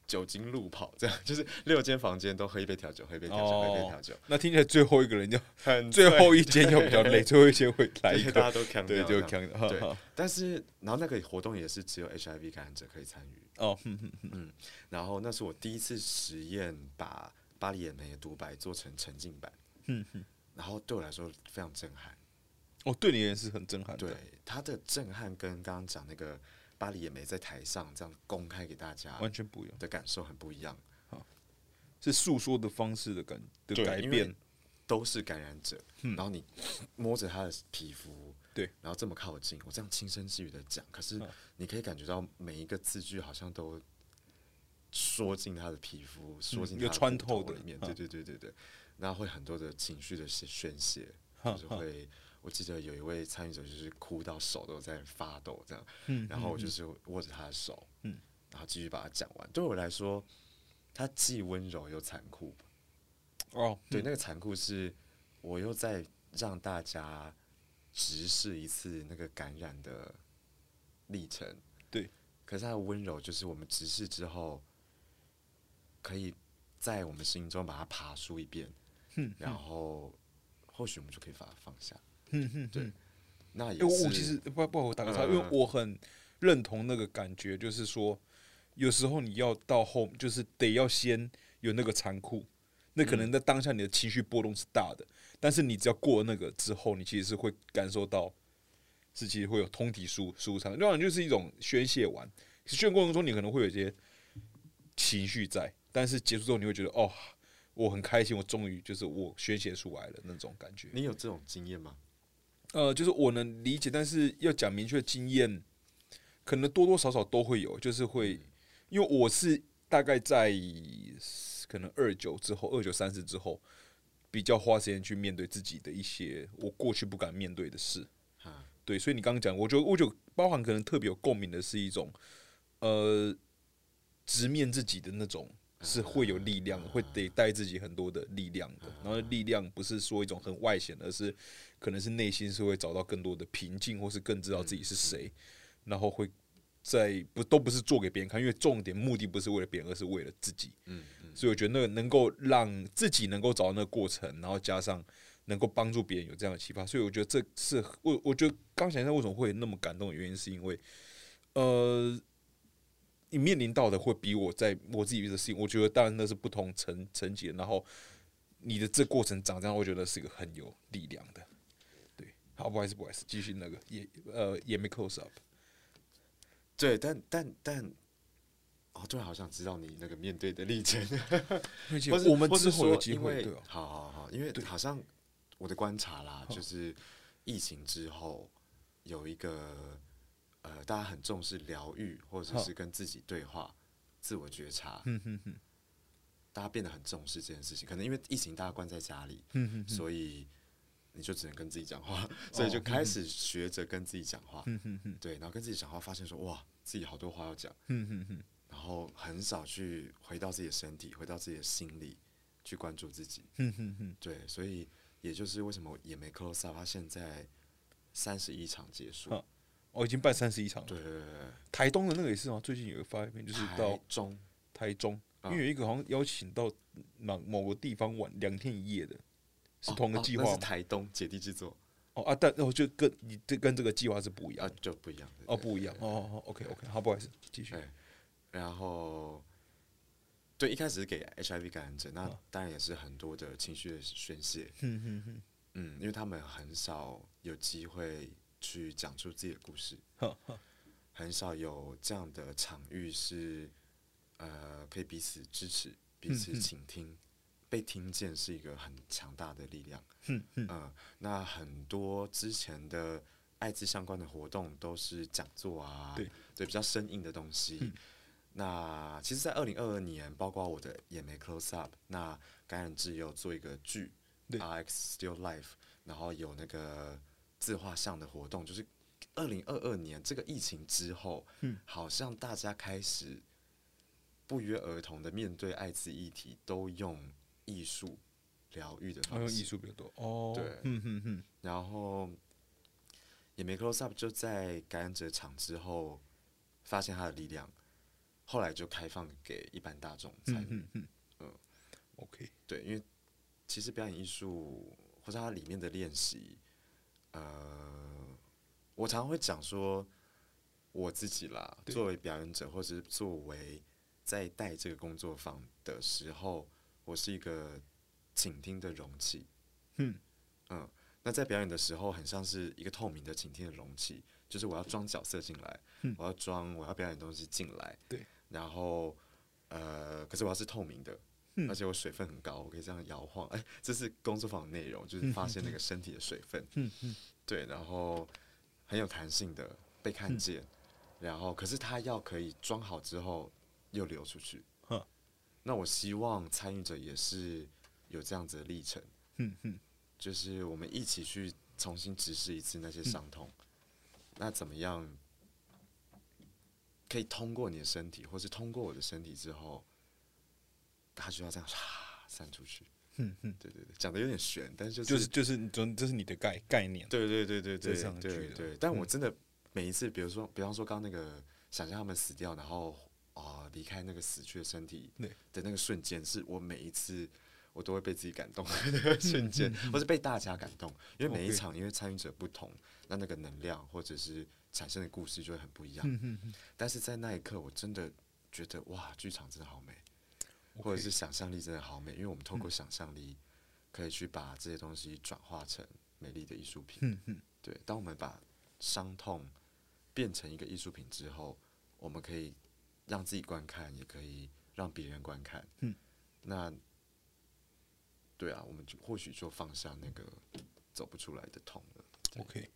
B: 酒精路跑，这样 就是六间房间都喝一杯调酒，喝一杯调酒，喝一杯调酒，
A: 那听起来最后一个人要
B: 很
A: 最
B: 醉
A: 后一间要比较 累，最后一间会来一
B: 对大
A: 个，
B: 家都扛
A: 对，
B: 掉
A: 就
B: 这样
A: 扛的，哈
B: 对
A: 哈，
B: 但是然后那个活动也是只有 HIV 感染者可以参与，嗯
A: 哦，哼哼
B: 然后那是我第一次实验把巴黎眼梅的独白做成沉浸版，
A: 嗯
B: 然后对我来说非常震撼。
A: 哦，对你也是很震撼的，
B: 对它的震撼跟刚刚讲那个巴黎眼梅在台上这样公开给大家
A: 完全不一样，
B: 的感受很不一样，
A: 是诉说的方式的感的改
B: 因为
A: 变，
B: 都是感染者，然后你摸着他的皮肤，
A: 嗯对，嗯
B: 然后这么靠近，我这样轻声细语的讲，可是你可以感觉到每一个字句好像都说进他的皮肤，说进
A: 一
B: 他
A: 个
B: 的
A: 嗯穿
B: 骨头
A: 透的
B: 里面，
A: 嗯
B: 对对对对对，那会很多的情绪的宣宣泄，
A: 嗯
B: 就是会。我记得有一位参与者就是哭到手都在发抖这
A: 嗯
B: 样，然后我就是握着他的手，嗯，然后继续把它讲完。对我来说，它既温柔又残酷，
A: 哦，
B: 对，那个残酷是，我又在让大家直视一次那个感染的历程。
A: 对，
B: 可是它的温柔，就是我们直视之后，可以在我们心中把它爬梳一遍，然后或许我们就可以把它放下。对，那也
A: 因为
B: 是
A: 我其实不不好，我打个岔，
B: 嗯
A: 因为我很认同那个感觉，就是说，有时候你要到后，就是得要先有那个残酷，那可
B: 嗯
A: 能在当下你的情绪波动是大的，但是你只要过了那个之后，你其实是会感受到是其实会有通体舒舒畅，当然就是一种宣泄完，宣泄过程中你可能会有一些情绪在，但是结束之后你会觉得哦。我很开心，我终于就是我宣泄出来了那种感觉。
B: 你有这种经验吗？
A: 呃，就是我能理解，但是要讲明确经验，可能多多少少都会有，就是会，因为我是大概在可能二九之后，二九三十之后，比较花时间去面对自己的一些我过去不敢面对的事。
B: 啊，
A: 对，所以你刚刚讲，我觉得我就包含可能特别有共鸣的是一种，呃，直面自己的那种是会有力量，会得带自己很多的力量的。然后力量不是说一种很外显，而是可能是内心是会找到更多的平静，或是更知道自己
B: 嗯
A: 是谁，然后会在不都不是做给别人看，因为重点目的不是为了别人，而是为了自己。
B: 嗯
A: 所以我觉得那个能够让自己能够找到那个过程，然后加上能够帮助别人有这样的启发，所以我觉得这是我我觉得刚想一下为什么会那么感动的原因，是因为呃，你面临到的会比我在我自己的事情，我觉得当然那是不同层层级的，然后你的这过程长这样，我觉得是一个很有力量的。对，好，哦不好意思，不好意思，继续那个也呃也没 close up。
B: 对，但但但，哦，对，好想知道你那个面对的历程。
A: 而且
B: 或是
A: 我们
B: 或
A: 之
B: 是
A: 后有
B: 说
A: 机
B: 因
A: 会，啊
B: 为
A: 对啊，
B: 好好好，因为好像我的观察啦，就是疫情之后有一个呃，大家很重视疗愈，或者是跟自己对话、自我觉察，
A: 哼哼哼，
B: 大家变得很重视这件事情。可能因为疫情，大家关在家里，
A: 哼哼
B: 所以你就只能跟自己讲
A: 哦
B: 话， 所
A: 嗯
B: 以就开始学着跟自己讲话。
A: 哼哼哼
B: 对，然后跟自己讲话，发现说哇，自己好多话要讲，
A: 哼哼哼，
B: 然后很少去回到自己的身体，回到自己的心里去关注自己。
A: 哼哼哼，
B: 对，所以也就是为什么也没 close up，他现在三十一场结束。
A: 好我哦已经办三十一场了。
B: 对对对对
A: 台东的那个也是吗？最近有个发片，就
B: 对，
A: 是
B: 台
A: 到
B: 中
A: 台中，
B: 啊
A: 因为有一个好像邀请到某某个地方玩两天一夜的，是
B: 哦
A: 同个
B: 哦
A: 计
B: 那
A: 划
B: 是
A: 吗？
B: 台东姐弟制作
A: 哦啊，但我就跟你这跟这个计划是不一样
B: 啊
A: 的，
B: 就不一样。对
A: 哦，不一样。
B: 对哎
A: 哦哦哦，OK OK，好，不好意思，继续
B: 对。然后，对，一开始是给 HIV 感染者，那当然也是很多的情绪的宣泄。
A: 哦哼哼哼，
B: 嗯，因为他们很少有机会去讲出自己的故 事，
A: 哈哈，
B: 很少有这样的场域是呃可以彼此支持、彼此倾听、被听见是一个很强大的力量。
A: 哼
B: 嗯、那很多之前的艾滋相关的活动都是讲座啊，
A: 对
B: 比较生硬的东西。那其实，在二零二二年，包括我的也没 close up，那感染志也有做一个剧
A: 对
B: ，RX Still Life，然后有那个自画像的活动，就是二零二二年这个疫情之后，
A: 嗯
B: 好像大家开始不约而同的面对艾滋议题，都用艺术疗愈的
A: 好
B: 方
A: 像艺
B: 式，
A: 术比较多哦。
B: 对
A: 哼哼哼，
B: 然后也没 close up，就在感染者场之后发现它的力量，后来就开放给一般大众参与。
A: 嗯嗯嗯
B: 嗯
A: ，OK，
B: 对，因为其实表演艺术或者它里面的练习，呃，我常常会讲说我自己啦，
A: 对
B: 作为表演者或者是作为在带这个工作坊的时候，我是一个倾听的容器。
A: 嗯
B: 嗯，那在表演的时候，很像是一个透明的倾听的容器，就是我要装角色进来，
A: 嗯
B: 我要装我要表演的东西进来，
A: 对，
B: 然后呃，可是我要是透明的，
A: 嗯
B: 而且我水分很高，我可以这样摇晃，哎，这是工作坊的内容，就是发现那个身体的水分，
A: 嗯嗯
B: 对，然后很有弹性的被看见，然后可是它要可以装好之后又流出去
A: 呵，
B: 那我希望参与者也是有这样子的历程。
A: 嗯嗯，
B: 就是我们一起去重新直视一次那些伤痛。那怎么样可以通过你的身体，或是通过我的身体之后，它就要这样唰散出去。
A: 嗯嗯，
B: 对对对，讲的有点悬，但是
A: 就
B: 就是是
A: 就是你总这是你的概概念。
B: 对对对对
A: 这
B: 对
A: 是上去
B: 对
A: 的嗯
B: 对。但我真的每一次，比如说，比方说刚刚那个，想象他们死掉，然后啊、离开那个死去的身体
A: 对
B: 的那个瞬间，是我每一次。我都会被自己感动的瞬间，或是被大家感动，因为每
A: 嗯
B: 一
A: OK
B: 场因为参与者不同，那那个能量或者是产生的故事就会很不一样。
A: 嗯嗯嗯
B: 但是在那一刻，我真的觉得哇，剧场真的好美，或者是想象力真的好美，因为我们透
A: 嗯
B: 过想象力可以去把这些东西转化成美丽的艺术品。
A: 嗯嗯，
B: 对，当我们把伤痛变成一个艺术品之后，我们可以让自己观看，也可以让别人观看。
A: 嗯，
B: 那对啊，我们就或许就放下那个走不出来的痛了。
A: OK，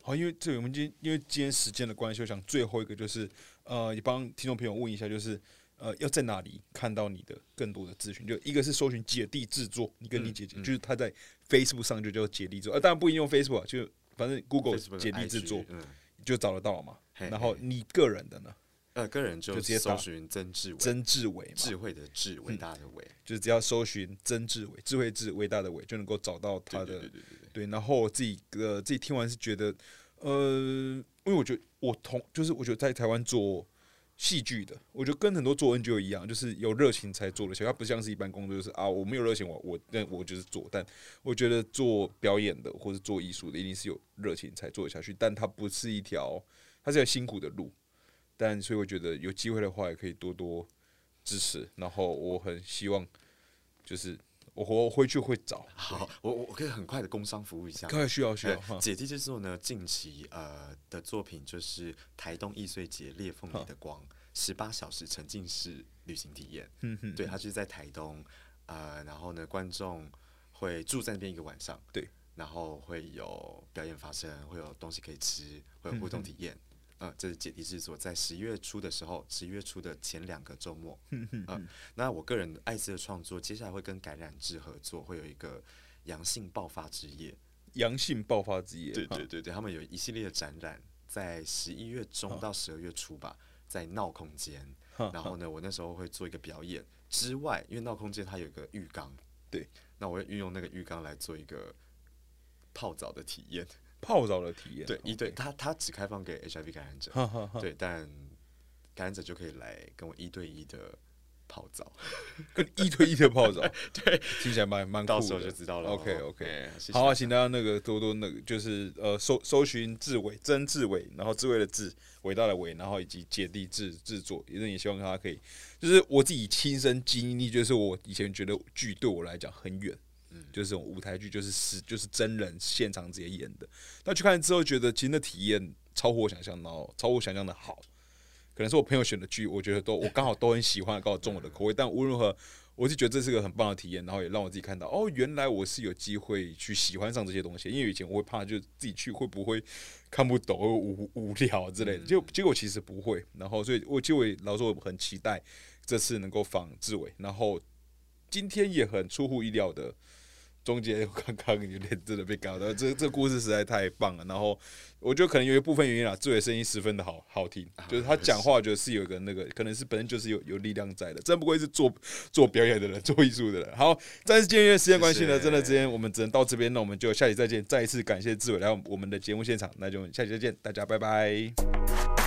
A: 好，因为这个我们今天因为今天时间的关系，我想最后一个就是呃，也帮听众朋友问一下，就是呃，要在哪里看到你的更多的资讯？就一个是搜寻姐弟制作，你
B: 嗯
A: 跟你姐姐，就是她在 Facebook 上就叫姐弟制作，呃，当然不一定用 Facebook，啊就反正 Google
B: Facebook 的哎
A: 姐弟制
B: IG
A: 作
B: 嗯，
A: 就找得到嘛。
B: 嘿
A: 然后
B: 嘿
A: 你个人的呢，
B: 呃，个人就
A: 就直接打
B: 搜寻曾志伟，
A: 曾嗯志伟嘛，
B: 智慧的智，伟大的伟。
A: 就是只要搜寻曾志伟，智慧之伟大的伟，就能够找到他
B: 对
A: 的
B: 对对对对对，
A: 对，然后我自己呃自己听完是觉得，呃，因为我觉得我同就是我觉得在台湾做戏剧的，我觉得跟很多做 NGO 一样，就是有热情才做得起来，它不像是一般工作，就是啊我没有热情，我我但我就是做，但我觉得做表演的或是做艺术的，一定是有热情才做得下去，但它不是一条，它是一条辛苦的路，但所以我觉得有机会的话，也可以多多支持，然后我很希望就是。我我回去会找，
B: 好，我我我可以很快的工商服务一下吗。
A: 可以需要需要
B: 呃
A: 哈，
B: 姐弟制作呢，近期呃的作品就是台东易碎节《裂缝里的光》十八小时沉浸式旅行体验。
A: 嗯哼，
B: 对，它就是在台东，呃，然后呢，观众会住在那边一个晚上。
A: 对，
B: 然后会有表演发生，会有东西可以吃，会有互动体验。呃，这是姐弟制作，在十一月初的时候，十一月初的前两个周末，呃，那我个人艾滋的创作，接下来会跟感染志合作，会有一个阳性爆发之夜。
A: 阳性爆发之夜，
B: 对
A: 哈
B: 对对对，他们有一系列的展览，在十一月中到十二月初吧，在闹空间。然后呢，我那时候会做一个表演之外，因为闹空间它有一个浴缸，
A: 对，
B: 那我会运用那个浴缸来做一个泡澡的体验。
A: 泡澡的体验，
B: 对，一对，
A: OK，
B: 它它只开放给 HIV 感染者，
A: 哈哈哈。
B: 对，但感染者就可以来跟我一对一的泡澡，
A: 跟一对一的泡 澡，对，听起来蛮蛮酷的，
B: 到时候就知道了哦。
A: OK OK，
B: 哎谢谢
A: 好啊，请大家那个多多那个就是呃搜搜寻志伟，曾志伟，然后志伟的志，伟大的伟，然后以及姐弟制制作，也是也希望他可以，就是我自己亲身经历，就是我以前觉得剧对我来讲很远。就是这种舞台剧，就是实就是真人现场直接演的。那去看之后，觉得其实那体验超乎我想象，然后超乎我想象的好。可能是我朋友选的剧，我觉得都我刚好都很喜欢，刚好中我的口味。但无论如何，我是觉得这是个很棒的体验，然后也让我自己看到，哦，原来我是有机会去喜欢上这些东西。因为以前我会怕，就自己去会不会看不懂、会无无聊之类的。结果结果其实不会。然后，所以我结尾老实说，我很期待这次能够仿志伟。然后今天也很出乎意料的，中间刚刚有点真的被搞到，这 这故事实在太棒了。然后我觉得可能有一部分原因啦，志伟声音十分的好好听，就是他讲话就是有一个那个，可能是本身就是有有力量在的，真不愧是做 做表演的人，做艺术的人。好，再次见面，时间关系呢，
B: 谢谢
A: 真的时间我们只能到这边，那我们就下期再见。再一次感谢志伟来我们的节目现场，那就下期再见，大家拜拜。